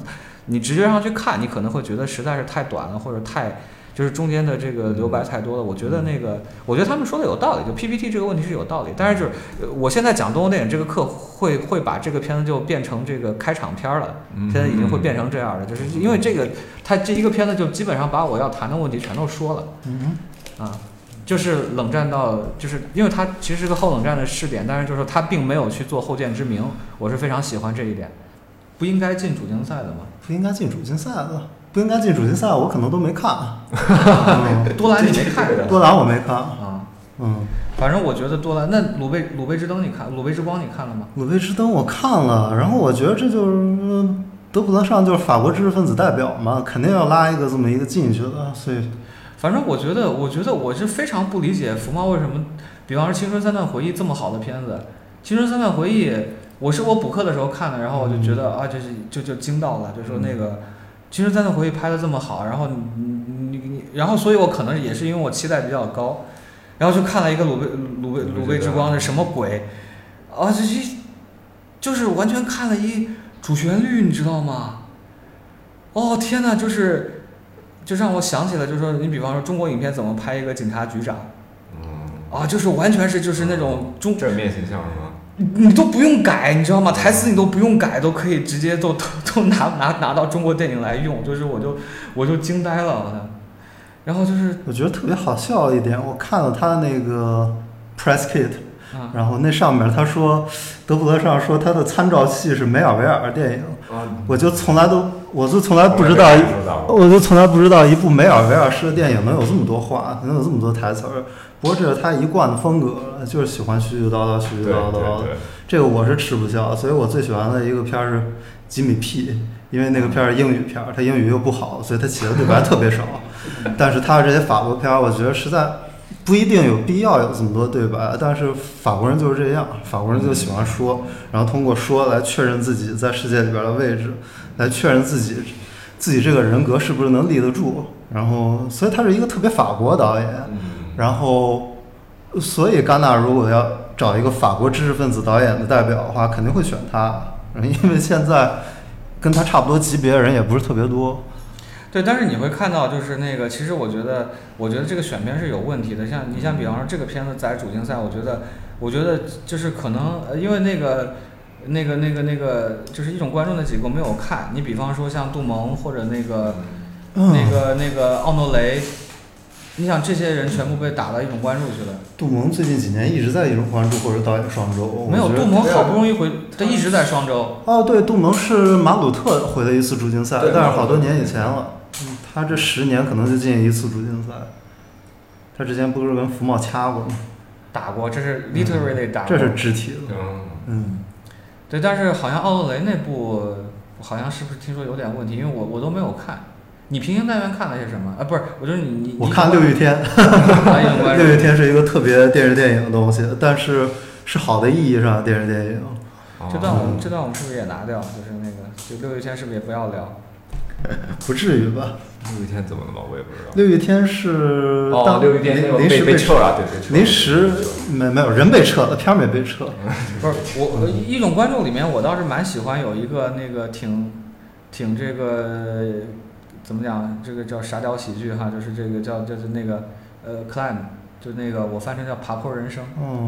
你直觉上去看，你可能会觉得实在是太短了，或者太就是中间的这个留白太多了。我觉得那个，我觉得他们说的有道理，就 PPT 这个问题是有道理。但是就是呃我现在讲东欧电影这个课会会把这个片子就变成这个开场片儿了，
嗯
现在已经会变成这样了，就是因为这个它这一个片子就基本上把我要谈的问题全都说了。
嗯
啊，就是冷战到，就是因为它其实是个后冷战的试点，但是就是说它并没有去做后见之明，我是非常喜欢这一点。不应该进主竞赛的嘛？
不应该进主竞赛的，不应该进主竞赛，我可能都没看。 嗯
多兰你没看着
多兰我没看。
啊？
嗯，
反正我觉得多兰那鲁贝鲁贝之灯你看，鲁贝之光你看了吗？
《鲁贝之灯》我看了，然后我觉得这就是嗯德普勒上就是法国知识分子代表嘛，肯定要拉一个这么一个进去的，所以
反正我觉得，我觉得我是非常不理解福猫为什么，比方说《青春三段回忆》这么好的片子，《青春三段回忆》，我是我补课的时候看的，然后我就觉得、啊，就是就就惊到了，就说那个《青春三段回忆》拍的这么好，然后你你你，你然后所以我可能也是因为我期待比较高，然后就看了一个鲁贝鲁贝
鲁贝
鲁贝之光是什么鬼，啊，这这就是完全看了一主旋律，你知道吗？哦天呐，就是就让我想起了，就是说你比方说中国影片怎么拍一个警察局长
嗯，
啊，就是完全是就是那种中
正面形象是吗？
你都不用改，你知道吗？台词你都不用改，都可以直接都都都拿拿拿到中国电影来用，就是我就我就惊呆了，我的。然后就是
我觉得特别好笑一点，我看了他那个 press kit，
啊，
然后那上面他说德普勒上说他的参照系是梅尔维尔电影，
啊，
我就从来都我就从来啊不知道，哦
道，
我就从来不知道一部梅尔维尔式的电影能有这么多话，能有这么多台词儿。不过这是他一贯的风格，就是喜欢絮絮叨叨、絮
对
絮叨
对
叨的。
对，
这个我是吃不消，所以我最喜欢的一个片儿是《吉米 P》，因为那个片儿是英语片儿，他英语又不好，所以他写的对白特别少。但是他这些法国片儿，我觉得实在不一定有必要有这么多对白，但是法国人就是这样，法国人就喜欢说，然后通过说来确认自己在世界里边的位置，来确认自己自己这个人格是不是能立得住。然后，所以他是一个特别法国导演。
嗯，
然后，呃所以戛纳如果要找一个法国知识分子导演的代表的话，肯定会选他，啊因为现在跟他差不多级别的人也不是特别多。
对，但是你会看到，就是那个，其实我觉得，我觉得这个选片是有问题的。像你像比方说这个片子在主竞赛，我觉得，我觉得就是可能呃因为那个。那个、那个、那个，就是一种观众的结构没有看。你比方说像杜蒙或者那个、那个、那个奥诺雷，你想这些人全部被打到一种关注去了。
杜蒙最近几年一直在一种关注或者导演双周，
没有
我觉得
杜蒙好不容易回，他一直在双周。
哦，对，杜蒙是马鲁特回了一次主竞赛
对，
但是好多年以前了，嗯他这十年可能就进一次主竞赛。他之前不是跟福茂掐过吗？
打过，这是 literally 打过。
嗯这是肢体的，
嗯，
嗯，
对，但是好像奥洛雷那部好像是不是听说有点问题？因为我我都没有看。你平行单元看了些什么？啊，不是，我就是你你
我看六
月
月天，
啊，一种关
六月
注。
天是一个特别电视电影的东西，但是是好的意义上的电视电影。
这段
哦
我们这段我们是不是也拿掉？就是那个，就六月天是不是也不要聊？
不至于吧？
六一天怎么了吗？我也不知道。
六月天是
哦，
当
六一天那个
临
被
时
被
被
撤了，对，被撤了。
临时没没有人被撤了，片儿没被撤。
不是我
嗯
我一种关注里面，我倒是蛮喜欢有一个那个挺挺这个怎么讲，这个叫傻屌喜剧哈，就是这个叫就是那个呃 climb，就那个我翻成叫爬坡人生，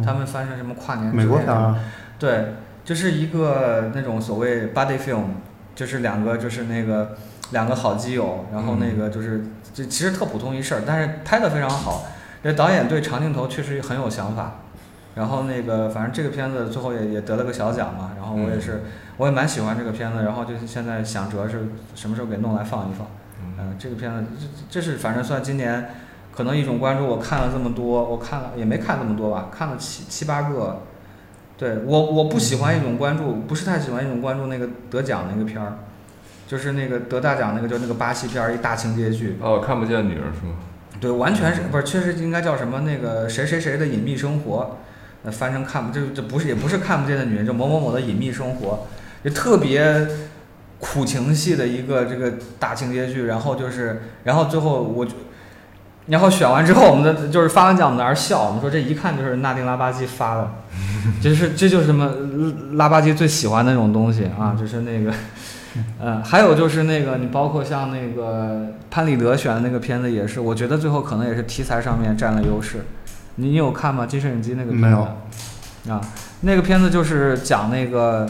他
嗯，
们翻成什么跨年之
美国
恋
片儿啊，
对，就是一个那种所谓 buddy film，就是两个就是那个两个好基友，然后那个就是这其实特普通一事儿，但是拍的非常好。这导演对长镜头确实很有想法，然后那个反正这个片子最后也也得了个小奖嘛，然后我也是我也蛮喜欢这个片子，然后就是现在想着是什么时候给弄来放一放。
嗯
嗯，这个片子这这是反正算今年可能一种关注。我看了这么多，我看了也没看这么多吧，看了七七八个。对我我不喜欢一种关注，不是太喜欢一种关注那个得奖那个片儿，就是那个得大奖那个就那个巴西片儿一大情节剧，
哦，看不见女人是吗？
对，完全是不是确实应该叫什么那个谁谁谁的隐秘生活，呃，翻成看不这这不是也不是看不见的女人，就某某某的隐秘生活，就特别苦情戏的一个这个大情节剧，然后就是，然后最后我就，然后选完之后，我们的就是发完奖，我们在那儿笑，我们说这一看就是纳丁拉巴基发 的，就是这就是什么拉巴基最喜欢的那种东西啊，就是那 个，呃，还有就是那个你包括像那个潘立德选的那个片子也是，我觉得最后可能也是题材上面占了优势，你你有看吗？金摄影机那个片子
没有
啊，那个片子就是讲那个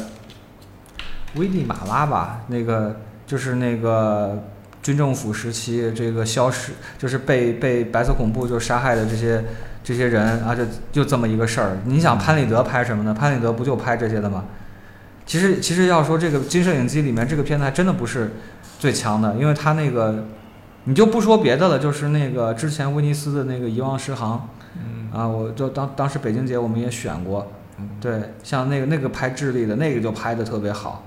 危地马拉吧，那个就是那个军政府时期这个消失，就是被被白色恐怖就杀害的这些这些人啊，就就这么一个事儿。你想潘立德拍什么呢？潘立德不就拍这些的吗？其实其实要说这个《金摄影机》里面这个片子还真的不是最强的，因为他那个你就不说别的了，就是那个之前威尼斯的那个《遗忘诗行
嗯》
啊，我就当当时北京节我们也选过，
嗯
对，像那个那个拍智利的那个就拍的特别好，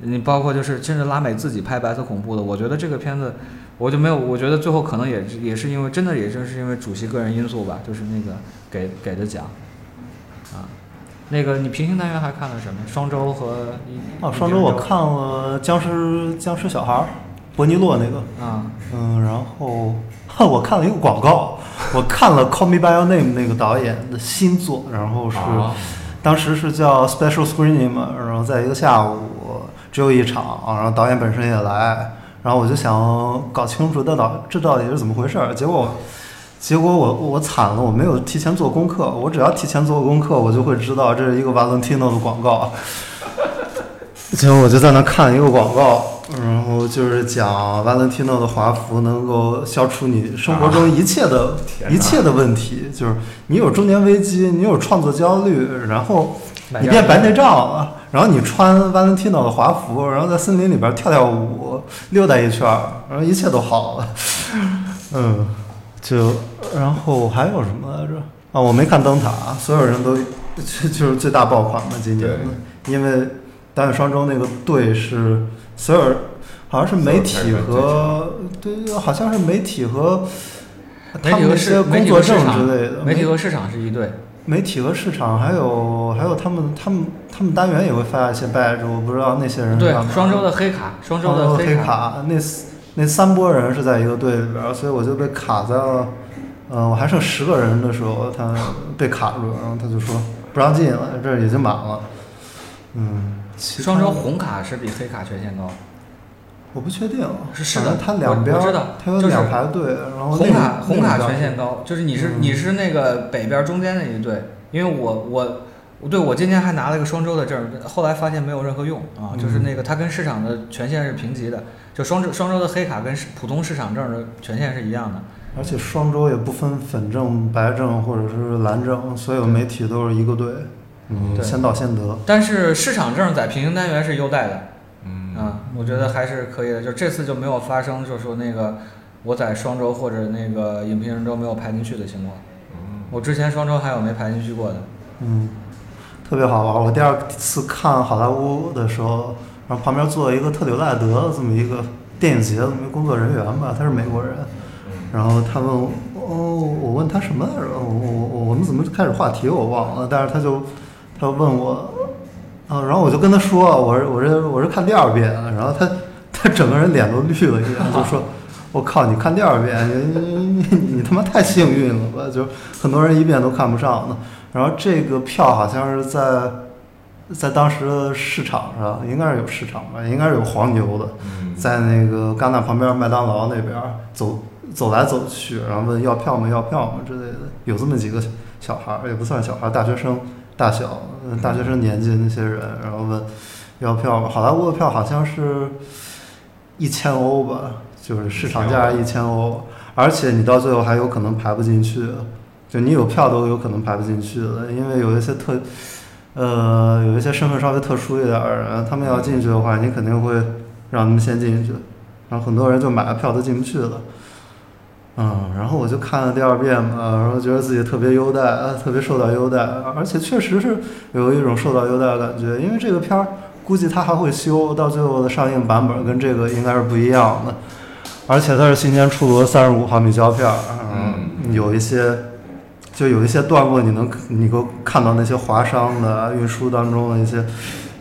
你包括就是甚至拉美自己拍白色恐怖的，我觉得这个片子我就没有，我觉得最后可能也也是因为真的也正是因为主席个人因素吧，就是那个给给的奖，啊，那个你平行单元还看了什么？双周和一
哦，上周我看了《僵尸僵尸小孩》，伯尼洛那个，
啊，
嗯，然后我看了一个广告，我看了《Call Me by Your Name》那个导演的新作，然后是、
啊，
当时是叫 Special Screening 嘛，然后在一个下午只有一场，然后导演本身也来，然后我就想搞清楚这到这到底是怎么回事儿，结果。结果我我惨了，我没有提前做功课。我只要提前做功课，我就会知道这是一个 Valentino 的广告。结果我就在那看一个广告，然后就是讲 Valentino 的华服能够消除你生活中一切的、
天哪
一切的问题，就是你有中年危机，你有创作焦虑，然后
买
你
家
变白内障了，然后你穿 Valentino 的华服，然后在森林里边跳跳舞，溜达一圈儿，然后一切都好了。嗯，就然后还有什么来着？啊，我没看灯塔，所有人都就就是最大爆款嘛，今年的，因为单月双周那个队是所有人，好像是媒体和对，好像是媒体和
媒
他
体
们
和
那
市
些
媒
工
体
作
和市
证之
场
类的，
媒体
媒
和市场是一对，
媒体和市场，还有还有他们他们他们单元也会发一些 badge，我不知道那些人是
对
干嘛
双周
的
的黑卡，双周
嗯双
的
周
黑
黑，卡，那四那三波人是在一个队里边儿，所以我就被卡在了，呃，我还剩十个人的时候， 他被卡住了，然后他就说不让进了，这儿已经满了。嗯，其他
双周红卡是比黑卡权限高，
我不确定，
是是
反正
的
他
我
两边儿
我知道
他有
就是
两排队，然后
红
那
卡
个
红
那
卡
个
权
边
限高，就是你是
嗯
你是那个北边中间那一队，因为我我我对我今年还拿了一个双周的证，后来发现没有任何用啊，
嗯
就是那个它跟市场的权限是平级的，就双周双周的黑卡跟市普通市场证的权限是一样的，
而且双周也不分粉正、白正或者是蓝正，所有媒体都是一个队，嗯，
对
先到先得。
但是市场证在平行单元是优待的。
嗯，
嗯，我觉得还是可以的，就这次就没有发生，就是说那个我在双周或者那个影评人周没有排进去的情况。我之前双周还有没排进去过的。
嗯，特别好玩。我第二次看好莱坞的时候，然后旁边坐了一个特里赖德这么一个电影节的这么一个工作人员吧，他是美国人，然后他问我哦，我问他什么来着？我我我我们怎么开始话题我忘了，但是他就他就问我。啊，然后我就跟他说，我是我是我是看第二遍，啊然后他他整个人脸都绿了一样，就说：“我靠，你看第二遍，你你你你他妈太幸运了吧？就是很多人一遍都看不上呢。”然后这个票好像是在在当时的市场上，应该是有市场吧，应该是有黄牛的，
嗯
在那个戛纳旁边麦当劳那边走走来走去，然后问要票吗？要票吗？之类的，有这么几个小孩儿，也不算小孩儿，大学生大小，嗯大学生年纪那些人，然后问要票吗？好莱坞的票好像是一千欧吧，就是市场价一千欧，而且你到最后还有可能排不进去，就你有票都有可能排不进去的，因为有一些特。呃，有一些身份稍微特殊一点儿的人，他们要进去的话，你肯定会让他们先进去，然后很多人就买了票都进不去了。嗯，然后我就看了第二遍嘛，然后觉得自己特别优待，呃特别受到优待，而且确实是有一种受到优待的感觉，因为这个片儿估计它还会修，到最后的上映版本跟这个应该是不一样的，而且它是新鲜出炉三十五毫米胶片儿，嗯，有一些就有一些段落你能你够看到那些划伤的啊运输当中的一些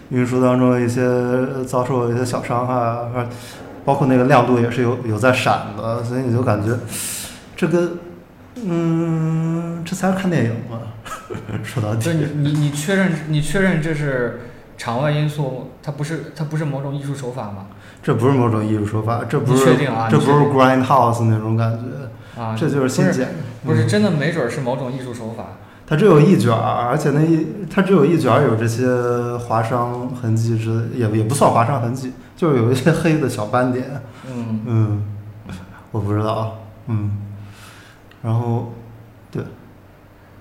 运输当中的一些呃遭受的一些小伤害啊，而包括那个亮度也是有有在闪的，所以你就感觉这个嗯，这才是看电影嘛， 说到
就
底
你。你你确认你确认这是场外因素，它不是它不是某种艺术手法吗？
这不是某种艺术手法，这不
你
是
确定啊
这
你
不
确
是
定
grindhouse 那种感觉，
啊，
这就是嗯新
不是
建。
不是真的，没准是某种艺术手法。
它只有一卷儿，而且那一它只有一卷儿有这些划伤痕迹之，也也不算划伤痕迹，就是有一些黑的小斑点。
嗯，
嗯，我不知道，嗯，然后，对，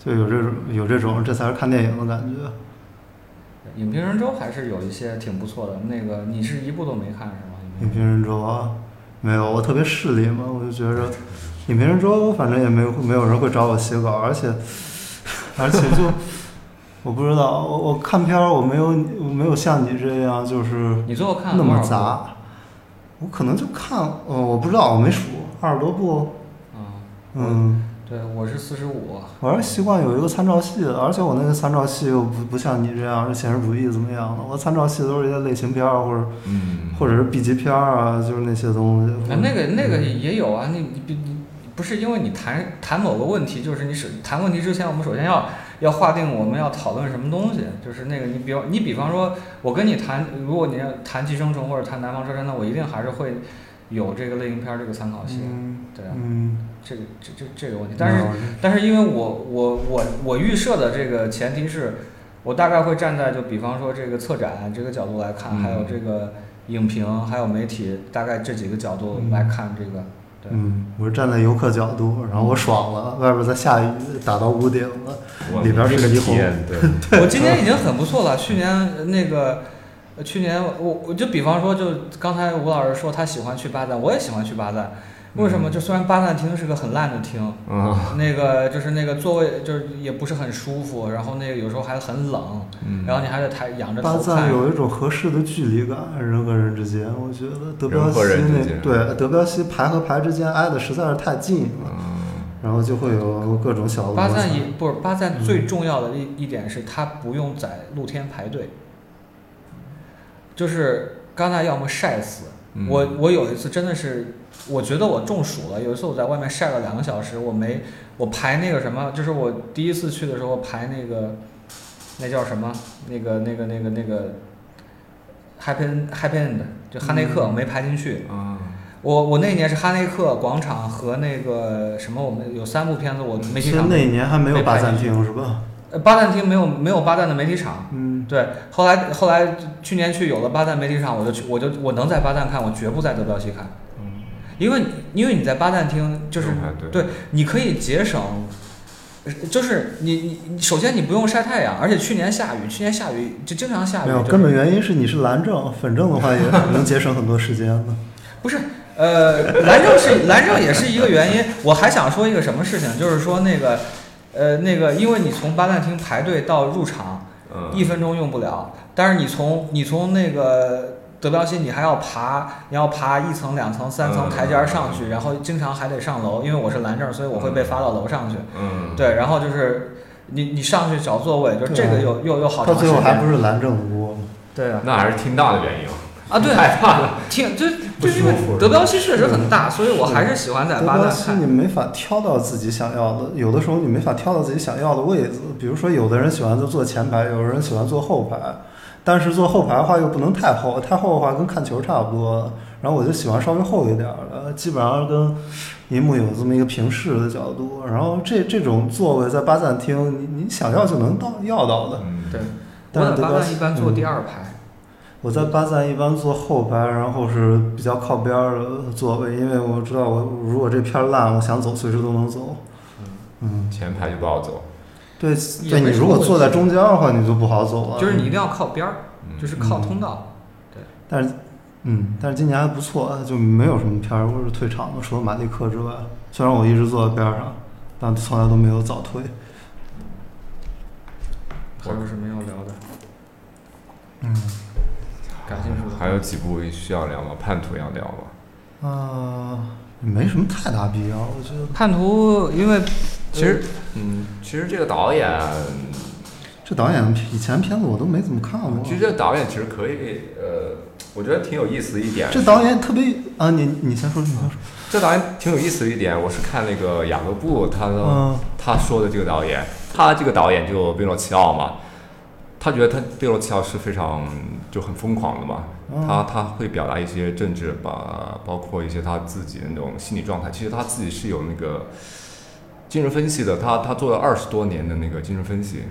就有这种有这种，这才是看电影的感觉。
影评人周还是有一些挺不错的。那个你是一部都没看是吗？
影评人周啊，没有，我特别势利嘛，我就觉着影评人周反正也没有没有人会找我写稿，而且 而且就我不知道，我我看片儿我没有我没有像你这样就是
你最后看了
那
多
么
少部？啊、
杂，我可能就看呃我不知道我没数二十多部，嗯。
啊对，我是四十五。
我是习惯有一个参照系，而且我那个参照系又不不像你这样是现实主义怎么样的，我参照系都是一些类型片儿或者
嗯，
或者是 B 级片儿啊，就是那些东西。
啊，那个那个也有啊，你你比你不是因为你谈谈某个问题，就是你是谈问题之前，我们首先要要划定我们要讨论什么东西，就是那个你比方你比方说，我跟你谈，如果你要谈寄生虫或者谈南方车站，那我一定还是会有这个类型片儿这个参考性，
嗯
对啊，
嗯，
这个这这这个问题，但是但是因为我我我我预设的这个前提是，我大概会站在就比方说这个策展这个角度来看，
嗯
还有这个影评，还有媒体，大概这几个角度来看这个。对，
嗯，我是站在游客角度，然后我爽了，外边在下雨，打到屋顶了，
哇
里边
你
是
这个体
霓虹
验， 对，
我今年已经很不错了。去年呃那个，呃去年我我就比方说，就刚才吴老师说他喜欢去巴赞，我也喜欢去巴赞。为
嗯
什么？就虽然巴赞厅是个很烂的厅，
嗯
那个就是那个座位就是也不是很舒服，然后那个有时候还很冷，
嗯，
然后你还得抬仰着
巴
头
赞
看。
有一种合适的距离感，人和人之间，我觉得德
人
彪西
和人之
那
间
对德彪西排和排之间挨得实在是太近了，
嗯
然后就会有各种小的
巴
摩
赞
擦嗯
也不是巴赞最重要的一一点是，它不用在露天排队，就是戛纳要么晒死。
嗯
我我有一次真的是，我觉得我中暑了。有一次我在外面晒了两个小时，我没我排那个什么，就是我第一次去的时候排那个那叫什么那个那个那个那个 happy End- happy end 就哈内克、我没排进去。
嗯
我我那年是哈内克广场和那个什么，我们有三部片子我没去
其实
看过
那。一年还没有
被
巴
排
赞
进去
厅是吧？
呃，巴旦厅没有没有巴旦的媒体场，
嗯，
对。后来后来去年去有了巴旦媒体场，我就去我就我能在巴旦看，我绝不在德彪西看，
嗯
因为因为你在巴旦厅就是
有排队
对，你可以节省，呃就是你你你首先你不用晒太阳，而且去年下雨，去年下雨就经常下雨，
没有，
就
根本原因是你是蓝证，粉证的话也能节省很多时间的。
不是，呃，蓝正是蓝正也是一个原因。我还想说一个什么事情，就是说那个，呃，那个，因为你从巴旦厅排队到入场，
嗯
一分钟用不了，但是你从你从那个德彪西，你还要爬，你要爬一层、两层、三层
嗯
台阶儿上去，然后经常还得上楼，因为我是蓝证，所以我会被发到楼上去。
嗯，
对，然后就是你你上去找座位，就这个
对啊
又又又 好
到
长时
最后还不
间。
是蓝证无，
对啊，
那还是听到的原因，
啊对，
害怕了，
挺就
不
就
舒
因为
服
德彪西确实很大，所以我还是喜欢在
德
巴
彪
旦
西
看。
你没法挑到自己想要的，有的时候你没法挑到自己想要的位置。比如说，有的人喜欢坐前排，有的人喜欢坐后排，但是坐后排的话又不能太厚，太厚的话跟看球差不多。然后我就喜欢稍微厚一点儿的，基本上跟银幕有这么一个平视的角度。然后这这种座位在巴赞厅，你你想要就能到要到的。
嗯
对，
但
我在
是德
巴
彪
旦
西
一般坐
嗯
第二排，
我在巴赞一般坐后排，然后是比较靠边儿的座位，因为我知道我如果这片儿烂，我想走随时都能走。嗯，
前排就不好走，
对
也
对，
没
你
什
如
么
果
问
坐在
题
中间的话，你就不好走了。
就是你一定要靠边儿，
嗯
就是靠
嗯
通道。
但是，嗯，但是今年还不错，就没有什么片儿我是退场的，除了马利克之外，虽然我一直坐在边儿上，但从来都没有早退。
还有什么要聊的？
嗯，
感兴趣的
还有几部需要聊吗？叛徒要聊吗？
啊、没什么太大必要，我觉得
叛徒，因为其实
嗯，其实这个导演，
这导演以前片子我都没怎么看过。
其实这个导演其实可以，呃，我觉得挺有意思的一点。
这导演特别啊，你你先说，你先说。
这导演挺有意思的一点，我是看那个雅各布他
呃
的、
嗯
他说的这个导演，他这个导演就贝洛奇奥嘛，他觉得他贝洛奇奥是非常就很疯狂的嘛，
嗯
他他会表达一些政治吧，包括一些他自己的那种心理状态，其实他自己是有那个。精神分析的，他他做了二十多年的那个精神分析，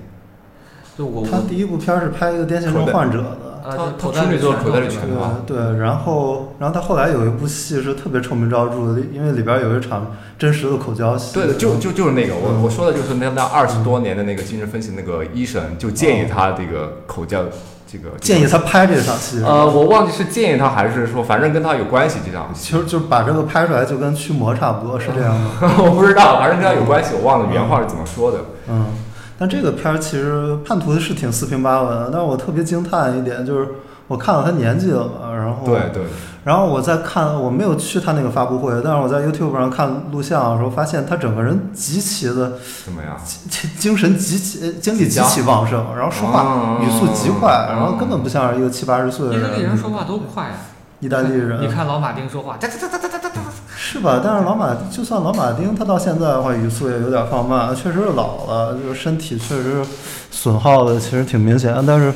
就我
他
我
第一部片儿是拍一个癫痫症患者的，
啊，
呃他
就口
他
袋
处
里
女座
全
口袋
都
里
是
全
吧
是
对对，然后然后他后来有一部戏是特别臭名昭著的，因为里边有一场真实的口交戏。
对的，就就就是那个我
嗯
我说的就是那那二十多年的那个精神分析那个医生就建议他这个口交这个
建议他拍这场戏。
呃，，我忘记是建议他还是说，反正跟他有关系这场戏，
其实就是把这个拍出来就跟驱魔差不多，是这样 的。
我不知道，反正跟他有关系，我忘了原话是怎么说的。
嗯，但这个片儿其实叛徒是挺四平八稳的，但是我特别惊叹一点就是我看到他年纪了嘛，然
嗯
后
对对，
然后我在看，我没有去他那个发布会，但是我在 YouTube 上看录像的时候，发现他整个人极其的
怎么样？
精精神极其呃精力极其旺盛，然后说话
哦
语速极快，然后根本不像是一个七八十岁
意
的
大利人
人。
说话都快啊，
意大利人，
你看老马丁说话，哒哒哒哒哒哒哒，
是吧？但是老马，就算老马丁，他到现在的话，语速也有点放慢，确实是老了，就是身体确实损耗的其实挺明显。但是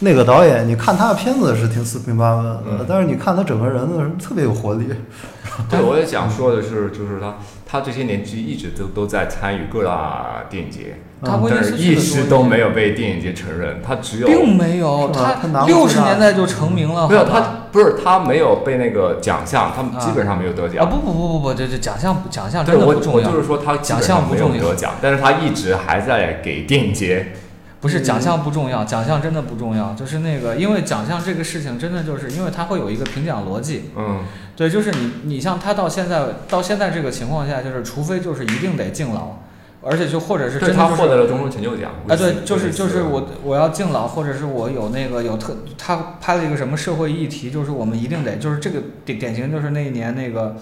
那个导演，你看他的片子是挺四平八稳的，
嗯
但是你看他整个人呢是特别有活力。
哦
对，我也想说的是，就是他他这些年其实一直都都在参与各大电影节，
他
嗯
威尼
但
斯
是一直都没有被电影节承认，他只有
并没有，
是吧他拿过
六
最
十
大的
年代就成名了，
没有
哦好吧
他不是他没有被那个奖项，他们基本上没有得
啊
奖。
不不不不不，这这奖项奖项
对
真的
我
不重
我
要
就，是说他基本上没有得奖，但是他一直还在给电影节。
不
嗯
是奖项不重要，奖项真的不重要，就是那个因为奖项这个事情真的就是因为它会有一个评奖逻辑，
嗯，
对，就是你你像他到现在到现在这个情况下，就是除非就是一定得敬老，而且就或者是真
对
的
他
就是
获得了终身成就奖。
啊，对，就是
威斯
就是我我要敬老，或者是我有那个有特，他拍了一个什么社会议题，就是我们一定得就是这个典典型就是那一年那个。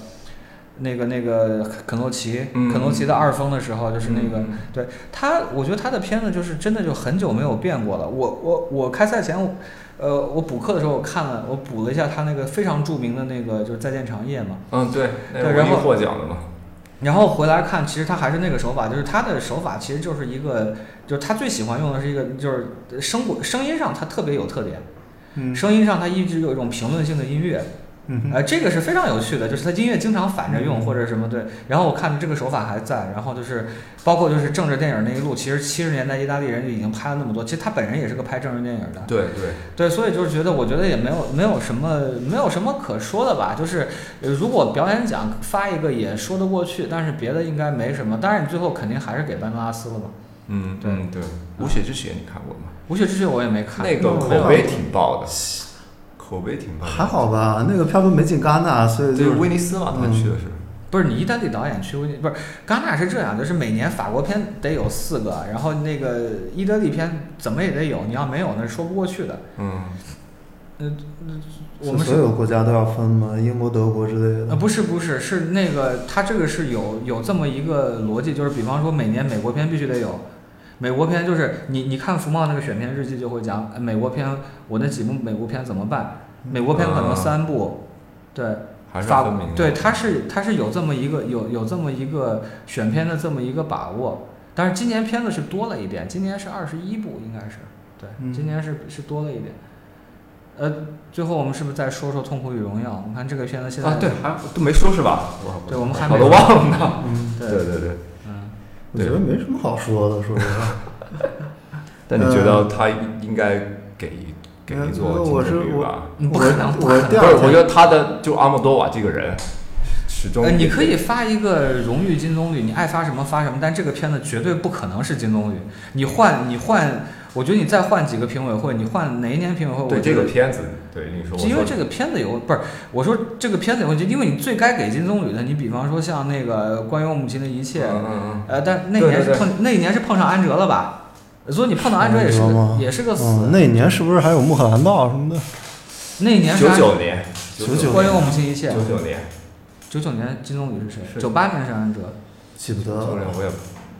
那个那个肯诺奇，
嗯
肯诺奇的二封的时候，就是那个、
嗯
对他，我觉得他的片子就是真的就很久没有变过了。我我我开赛前，我呃，我补课的时候我看了，我补了一下他那个非常著名的那个就是《再见长夜》嘛，
嗯对，那
对
个文
然
艺
后
获奖的嘛。
然后回来看，其实他还是那个手法，就是他的手法其实就是一个，就是他最喜欢用的是一个，就是声部声音上他特别有特点，
嗯
声音上他一直有一种评论性的音乐，
嗯哼嗯
呃，这个是非常有趣的，就是他音乐经常反着用或者什么对。然后我看这个手法还在，然后就是包括就是政治电影那一路，其实七十年代意大利人就已经拍了那么多，其实他本人也是个拍政治电影的，
对对，
对，所以就是觉得，我觉得也没有没有什么没有什么可说的吧。就是呃如果表演奖发一个也说得过去，但是别的应该没什么。当然，你最后肯定还是给班德拉斯了嘛。
嗯
对
嗯对，无血之血你看过吗？
无血之血我也没看，
那个
没有
口碑挺爆的，口碑挺爆的。
还好吧，那个票都没进戛纳，所以
对
就是
威尼斯嘛，他去的是。
不是你意大利导演去威尼，不是戛纳是这样，就是每年法国片得有四个，然后那个意大利片怎么也得有，你要没有那是说不过去的。
嗯，
我
是
们
所
是
有国家都要分吗？英国、德国之类
呃，
的。
不是不是，是那个它这个是有有这么一个逻辑，就是比方说每年美国片必须得有，美国片就是你你看福茂那个选片日记就会讲呃美国片，我那几部美国片怎么办？美国片可能
啊
三部，对，
嗯还是要
法
分明的。
对它是它是有这么一个有有这么一个选片的这么一个把握，但是今年片子是多了一点，今年是二十一部应该是，对，
嗯
今年是是多了一点。呃，最后我们是不是再说说《痛苦与荣耀》？我们看这个片子现在
啊，对，还都没说是吧？我
对我们还
我
没
都忘了。
嗯，
对
对
对对，
嗯，
我觉得没什么好说的，说实话。
但你觉得他应该给一给一
呃
座
我
金棕
是
榈吧？
嗯不
我
可能，不可
我
能。
第
不
二
是，我
天
觉得他的就阿莫多瓦这个人，始终
呃，你可以发一个荣誉金棕榈，你爱发什么发什么，但这个片子绝对不可能是金棕榈。你换，你换，我觉得你再换几个评委会，你换哪一年评委会？我
对
觉
这
得
个片子，对你说，我
因为
说
这个片子有不是，我说这个片子有问题，因为你最该给金棕榈的，你比方说像那个《关于我母亲的一切》
嗯嗯
呃，但那
对
年
对对
是碰那一年是碰上安哲了吧？所以你碰到安哲也是
安哲
个
吗
也是个死，
嗯，那一年是不是还有穆赫兰道什么的？
那一
嗯，
年是
九
安
九年，
99
关于我母亲一切，
九九年，
九九年金棕榈是谁？
是
九八年是安哲，
记不得
九九
了。
年我也，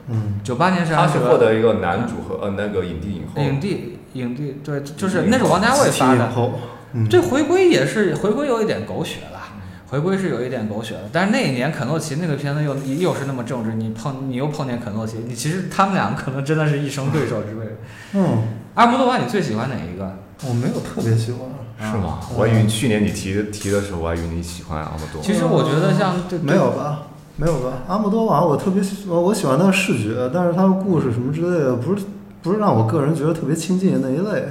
嗯，
九八年是
他
安
是
哲
获得一个男主和呃那个影帝影后，
影帝，影帝，对，就
影
是
帝
那是王家卫
七
发
零
的。
后，嗯，
这回归也是回归，有一点狗血了，回归是有一点狗血的。但是那一年肯诺奇那个片子又又是那么政治，你碰你又碰见肯诺奇，你其实他们俩可能真的是一生对手之辈。
嗯，
阿莫多瓦，你最喜欢哪一个？
我没有特别喜欢。
是吗？啊
嗯
我以为去年你提提的时候，我还以为你喜欢阿莫多瓦。
其实我觉得像对
没有吧？没有吧？阿莫多瓦，我特别喜，我我喜欢他的视觉，但是他的故事什么之类的，不是不是让我个人觉得特别亲近的那一类。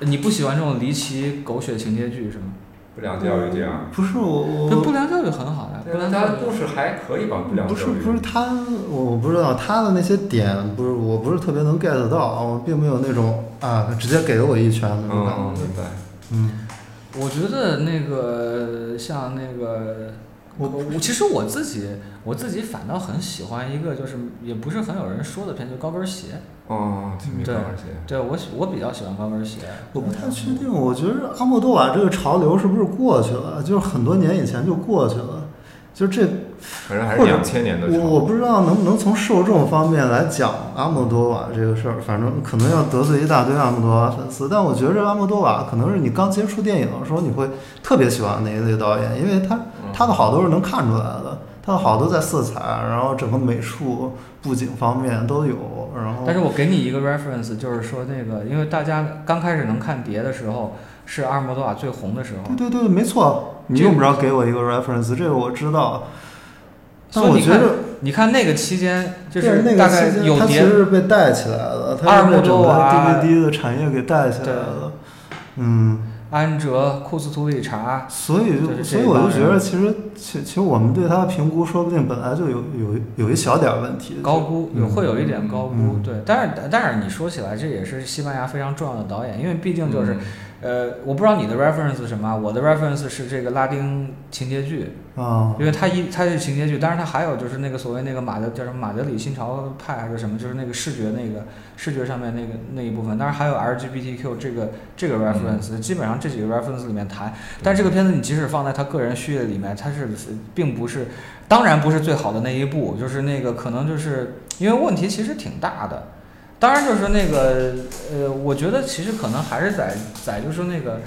你不喜欢这种离奇狗血情节剧是吗？
不良教育这样。
不是我啊
那嗯不
我。
良教育很好呀，不
但
良
是
教
他
育
的故事还可以吧？不良
不是
教育
不是他，我我不知道他的那些点，不是我不是特别能 get 到，我并没有那种啊直接给了我一拳的那种感
嗯，
觉。
明白。
嗯，
我觉得那个像那个，我我其实我自己我自己反倒很喜欢一个，就是也不是很有人说的片，就高跟鞋。
哦，挺明白，
对
而且
对我喜我比较喜欢高跟鞋。
我不太确定，我觉得阿莫多瓦这个潮流是不是过去了？就是很多年以前就过去了，就是这
反正还是
或者
两千年的
我我
潮。
不知道能不能从受众方面来讲阿莫多瓦这个事儿，反正可能要得罪一大堆阿莫多瓦粉丝，但我觉着阿莫多瓦可能是你刚接
嗯
触电影的时候你会特别喜欢的一类导演，因为他他的好都是能看出来的，它的好都在色彩，然后整个美术布景方面都有，然后
但是我给你一个 reference，就是说那个，因为大家刚开始能看碟的时候，是阿尔莫多瓦最红的时候
对，对对，没错，你用不着给我一个 reference，这个我知道。但
所以
我
你
觉
看
得，
你看那个期间，就
对
是
那
大
个
概
期间
有
它其
碟
实是被带起来
阿
的，它
尔
是
莫
被整
多
个
瓦
DVD 的产业给带起
啊
来
对
的。嗯，
安哲、库斯图里查，
所以
就是
就所以
这一
我就
帮
觉
人
得，其实其其实我们对它的评估，说不定本来就有有有一小点儿问题。
高
就
估有会有一点高估，
嗯
对。但是但是你说起来，这也是西班牙非常重要的导演，因为毕竟
嗯
就是，
嗯
呃，我不知道你的 reference 是什么啊，我的 reference 是这个拉丁情节剧，
啊，
因为它一它是情节剧，但是它还有就是那个所谓那个马德叫什么马德里新潮派还是什么，就是那个视觉那个视觉上面那个那一部分，当然还有 LGBTQ 这个这个 reference，、基本上这几个 reference 里面谈，但这个片子你即使放在他个人序列里面，它是并不是，当然不是最好的那一部，就是那个可能就是因为问题其实挺大的。当然，就是那个，呃，我觉得其实可能还是在在就是那个，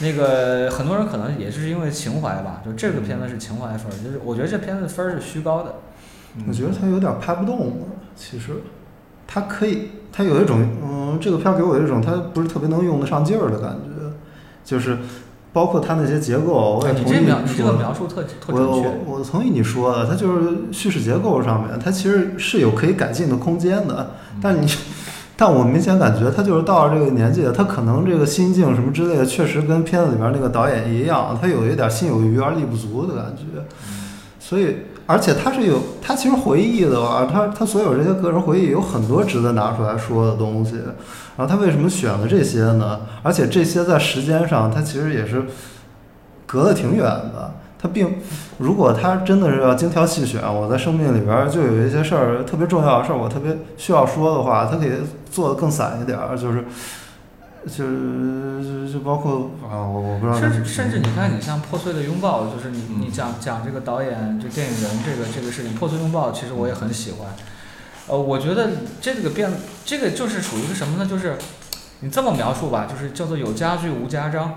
那个很多人可能也是因为情怀吧，就这个片子是情怀分儿，就是我觉得这片子分儿是虚高的。
嗯
我觉得它有点拍不动了。其实，它可以，它有一种，嗯，这个片儿给我有一种它不是特别能用得上劲儿的感觉，就是包括它那些结构，我也
啊你
同意
这描
你
你这
说
个
的。
描述特特
我
准
我
确。
我同意你说的，它就是叙事结构上面，它其实是有可以改进的空间的。
嗯
但你，但我明显感觉他就是到了这个年纪了，他可能这个心境什么之类的，确实跟片子里面那个导演一样，他有一点心有余而力不足的感觉。所以，而且他是有他其实回忆的吧，他他所有这些个人回忆有很多值得拿出来说的东西。然后他为什么选了这些呢？而且这些在时间上，他其实也是隔得挺远的。他并，如果他真的是要精挑细选，我在生命里边儿就有一些事儿特别重要的事儿，我特别需要说的话，他可以做的更散一点儿，就是，就是就包括啊，我我不知道嗯
甚
怎
至
么
甚至你看，你像《破碎的拥抱》，就是你你讲讲这个导演这电影人这个这个事情，《破碎拥抱》其实我也很喜欢。呃，我觉得这个变这个就是属于一个什么呢？就是你这么描述吧，就是叫做有家具无家章。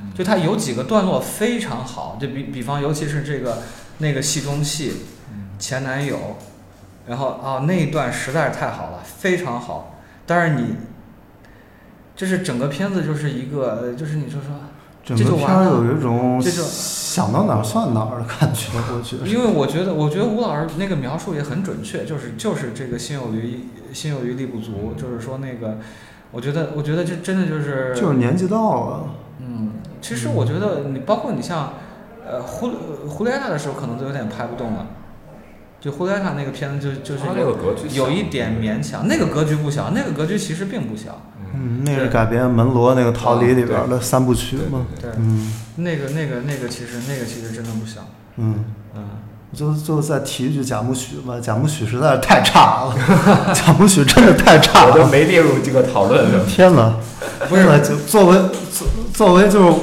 嗯
就它有几个段落非常好，就比比方，尤其是这个那个戏中戏，前男友，然后啊那一段实在是太好了，非常好。但是你，就是整个片子就是一个，呃就是你说说，
整
这
个
就
片
完
儿
了
有一种
这就
想到哪儿算哪儿的感觉，我觉得。
因为我觉得，我觉得吴老师那个描述也很准确，就是就是这个心有余心有余力不足，就是说那个，我觉得我觉得这真的就是，
就是年纪到了，
嗯，其实我觉得你包括你像，呃胡呃胡列塔的时候可能都有点拍不动了，就胡列塔那个片子就就是
他那个
有
格局
有一点勉强，那个格局不小，那个格局其实并不小，
嗯，那是
对
改编门罗那个《逃离》里边的三部曲
对对
嘛。
对
对，
嗯
那个那个那个其实那个其实真的不小，
嗯，
嗯。
就就再提一句贾木许吧，贾木许实在是太差了， 贾木许真的太差
我都
了。
没列入这个讨论的。
天哪！不是，就作为作作为就是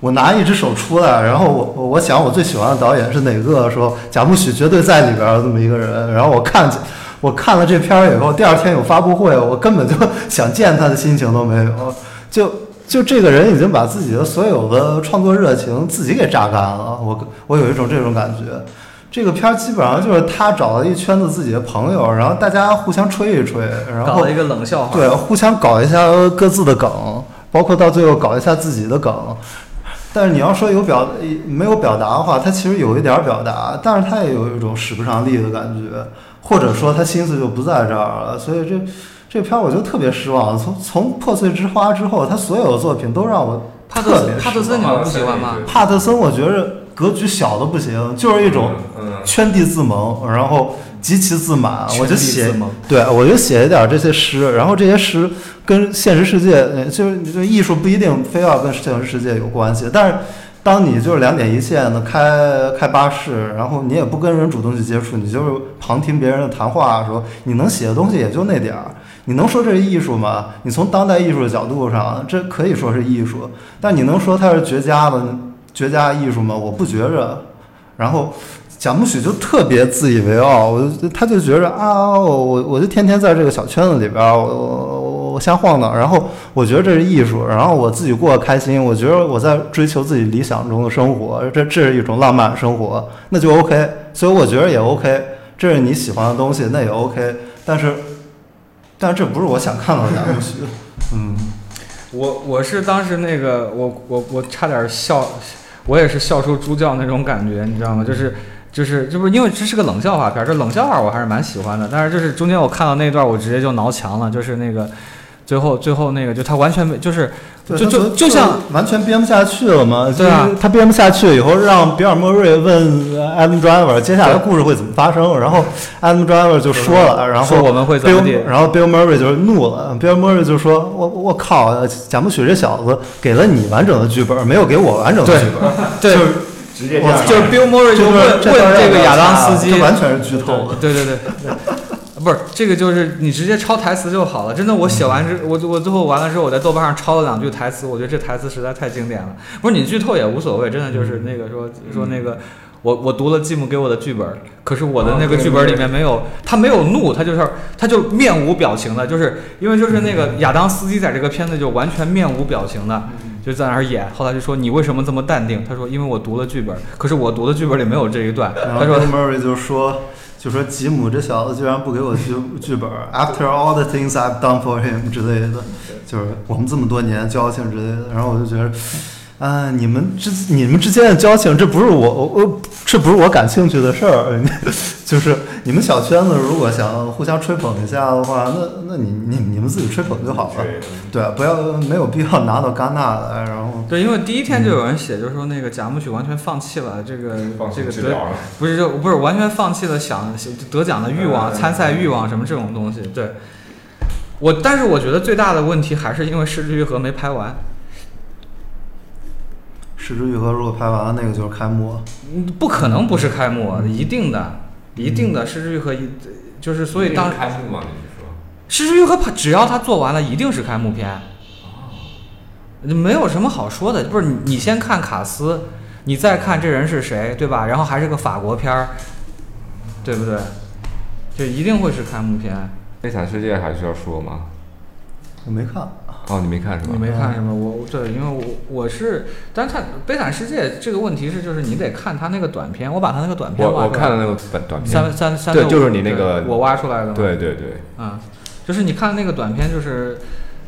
我拿一只手出来，然后我我我想我最喜欢的导演是哪个的时候，贾木许绝对在里边儿这么一个人。然后我看我看了这片儿以后，第二天有发布会，我根本就 想见他的心情都没有。就就这个人已经把自己的所有的创作热情自己给榨干了，我我有一种这种感觉。这个片儿基本上就是他找了一圈子自己的朋友，然后大家互相吹一吹，然后
搞了一个冷笑话，
对，互相搞一下各自的梗，包括到最后搞一下自己的梗。但是你要说有表没有表达的话，他其实有一点儿表达，但是他也有一种使不上力的感觉，或者说他心思就不在这儿了。所以这这片儿我就特别失望。从从《破碎之花》之后，他所有的作品都让我
帕特
特
森
别
帕特
失望
森你们不喜欢吗？
帕特森，我觉着格局小的不行， 就是一种
嗯
圈地自萌，然后极其自满。我就
圈地
写
自萌，
对我就写一点这些诗，然后这些诗跟现实世界，呃就是你这艺术不一定非要跟现实世界有关系，但是。当你就是两点一线的开开巴士，然后你也不跟人主动去接触，你就是旁听别人的谈话的时候，你能写的东西也就那点儿。你能说这是艺术吗？你从当代艺术的角度上，这可以说是艺术，但你能说它是绝佳的绝佳艺术吗？我不觉着。然后贾木许就特别自哦以为傲，我就他就觉着啊，我我就天天在这个小圈子里边儿，我我我我瞎晃荡，然后我觉得这是艺术，然后我自己过得开心，我觉得我在追求自己理想中的生活，这这是一种浪漫生活，那就 OK，所以我觉得也 OK，这是你喜欢的东西，那也 OK，但是，但是这不是我想看到的东西，嗯，
我我是当时那个我我我差点笑，我也是笑出猪叫那种感觉，你知道吗？就是就是这不是因为这是个冷笑话片儿，这冷笑话我还是蛮喜欢的，但是就是中间我看到那段我直接就挠墙了，就是那个最后最后那个就他完全没就是
对
就
他
就就像
完全编不下去了嘛，
对啊
就是他编不下去以后，让比尔莫瑞问呃 Adam Driver 接下来故事会怎么发生，然后 Adam Driver 就说了，然后
说我们会怎么
Bill-
地，
然后 Bill Murray 就怒了，Bill Murray 就说：“我我靠，呃贾木许这小子给了你完整的剧本，没有给我完整的剧本。
对，
就是
直接
这样
就是 Bill Murray 就问问
这段
这
要
个
不要
亚当
掐
斯基
这，完全是剧透的。
对对对对， 不是这个就是你直接抄台词就好了。真的，我写完之我我最后完了之后，我在豆瓣上抄了两句台词，我觉得这台词实在太经典了。不是你剧透也无所谓，真的就是那个说说那个。我我读了继母给我的剧本，可是我的那个剧本里面没有，他没有怒，他就是他就面无表情的，就是因为就是那个亚当斯基在这个片子就完全面无表情的，就在那儿演。后来就说你为什么这么淡定？他说因为我读了剧本，可是我读的剧本里没有这一段。
然
他
后
说
Bill Murray 就说：“就说吉姆这小子居然不给我剧剧本，After all the things I've done for him 之类的，就是我们这么多年交情之类的。”然后我就觉得。啊，你们之你们之间的交情，这不是我我我这不是我感兴趣的事儿， 就是你们小圈子如果想互相吹捧一下的话，那那你你你们自己吹捧就好了，
嗯
对，啊不要没有必要拿到戛纳来，然后
对，因为第一天就有人写，就是说那个贾木许完全放弃了这个
放弃
这个
治
得
疗了。
不是就不是完全放弃了想得奖的欲
嗯
望、参赛欲望什么这种东西。对，我但是我觉得最大的问题还是因为《失之愈合》没拍完。
失之愈合如果拍完了，那个就是开幕了，
嗯，不可能不是开幕，啊一定的，一定的《失之愈合》一就是所以当《
开幕嘛，你是说
失之愈合》只要他做完了，一定是开幕片。没有什么好说的，不是你你先看卡斯，你再看这人是谁，对吧？然后还是个法国片儿，对不对？就一定会是开幕片。
《悲惨世界》还需要说吗？
我没看。
哦，你没看是
你
吧？嗯
没看什么？我对，因为我我是，但是他《悲惨世界》这个问题是，就是你得看他那个短片，我把他那个短片
我
挖出
我
来
看了那个短短
三
片，
三三
对
六
就是你那个
对我挖出来的嘛。
对对对，
嗯，就是你看那个短片，就是，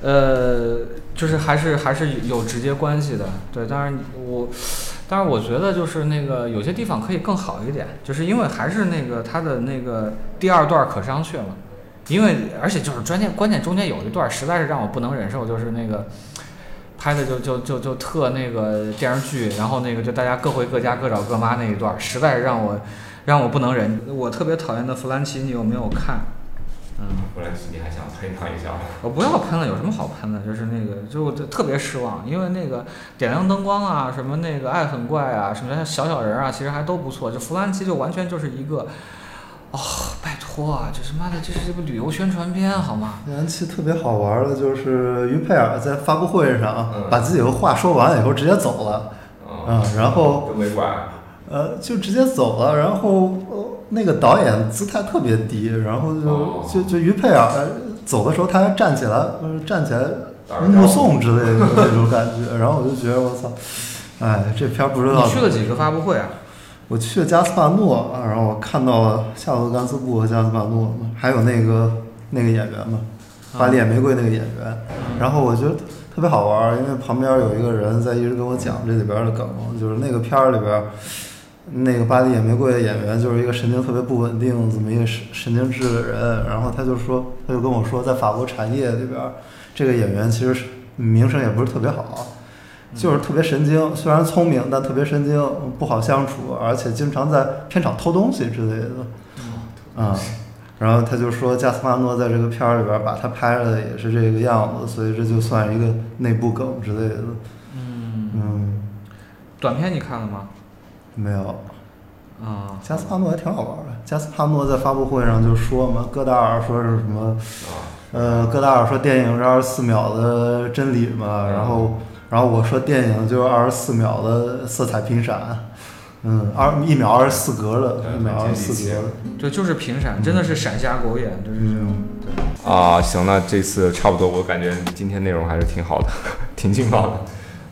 呃，就是还是还是有直接关系的。对，当然我，当然我觉得就是那个有些地方可以更好一点，就是因为还是那个它的那个第二段可商榷嘛。因为而且就是关键关键中间有一段实在是让我不能忍受，就是那个。拍的就就就就特那个电视剧，然后那个就大家各回各家各找各妈那一段儿，实在是让我让我不能忍。我特别讨厌的弗兰奇，你有没有看？嗯，
弗兰奇，你还想喷他一下吗？
我不要喷了，有什么好喷的？就是那个，就我就特别失望，因为那个点亮灯光啊，什么那个爱很怪啊，什么小小人啊，其实还都不错。就弗兰奇就完全就是一个，哦，拜托啊，这是妈的，这是这部旅游宣传片好吗？
那期特别好玩的就是于佩尔在发布会上啊
嗯
把自己的话说完了以后直接走了，嗯，
啊
然后
哦都没管。
呃就直接走了，然后呃那个导演姿态特别低，然后
哦
就就就于佩尔呃走的时候他还站起来，呃站起来
打个招呼
目送之类的那种感觉，然后我就觉得我操，哎这片儿不知道
你去了几个发布会啊？
我去了加斯帕诺，啊然后我看到了夏洛甘斯布和加斯帕诺，还有那个那个演员嘛，《巴黎野玫瑰》那个演员。然后我觉得特别好玩儿，因为旁边有一个人在一直跟我讲这里边的梗，就是那个片儿里边儿，那个《巴黎野玫瑰》的演员就是一个神经特别不稳定、这么一个神神经质的人。然后他就说，他就跟我说，在法国产业里边儿，这个演员其实是名声也不是特别好。就是特别神经，虽然聪明，但特别神经，不好相处，而且经常在片场偷东西之类的。嗯，然后他就说加斯帕诺在这个片儿里边儿把他拍的也是这个样子，所以这就算一个内部梗之类的。
嗯，
嗯，
短片你看了吗？
没有。
啊、
加斯帕诺还挺好玩的。加斯帕诺在发布会上就说嘛，戈达尔说是什么，呃，戈达尔说电影是二十四秒的真理嘛，然后，然后我说电影就是二十四秒的色彩频闪，嗯，二一秒二十四格的，
对
一秒
很
二十
接地
四
气
格的，
对，就是频闪，真的是闪瞎狗眼，就是这
嗯
种。对，
啊，行，那这次差不多，我感觉今天内容还是挺好的，挺劲爆的。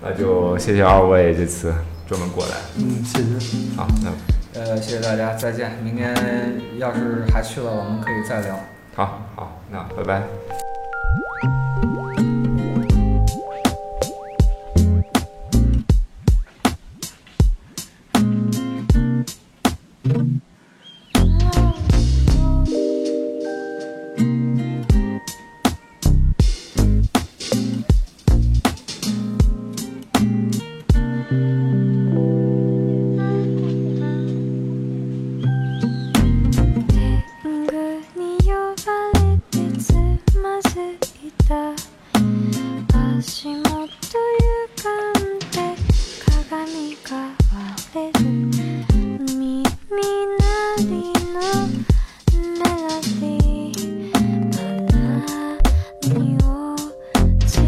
那就谢谢二位这次专门过来。
嗯，谢谢。
好，那
呃，谢谢大家，再见。明天要是还去了，我们可以再聊。
好好，那拜拜。
天狗に呼ばれてつまずいた足元ゆかんで鏡が割れる耳鳴りのメロディー穴に落ちる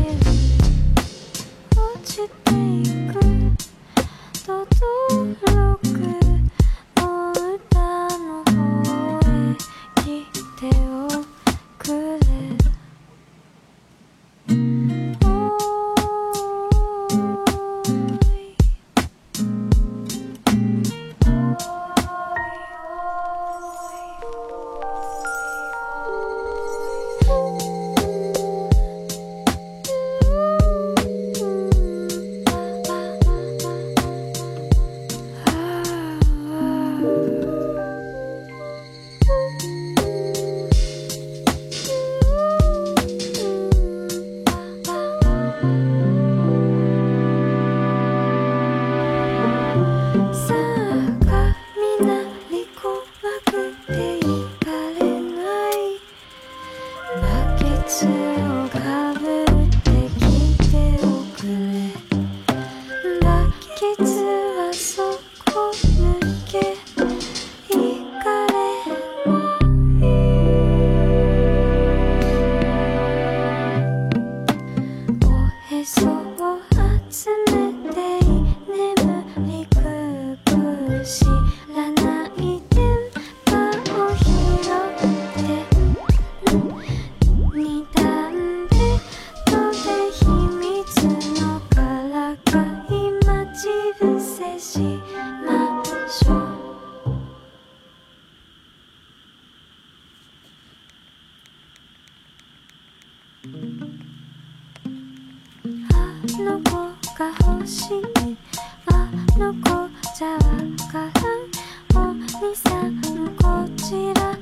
落ちていくとどろくの歌の方へ来ておくれ」「おーい」「おーいさあ雷怖くていかれない」「バケツをかぶってきておくれ」「バケツはそこ抜けいかれおへそを集めて眠りくく知らない電波を拾って二段ベッドで秘密のからか今自分せしましょうあの子が欲しいあの子じゃわからんお兄さんこちら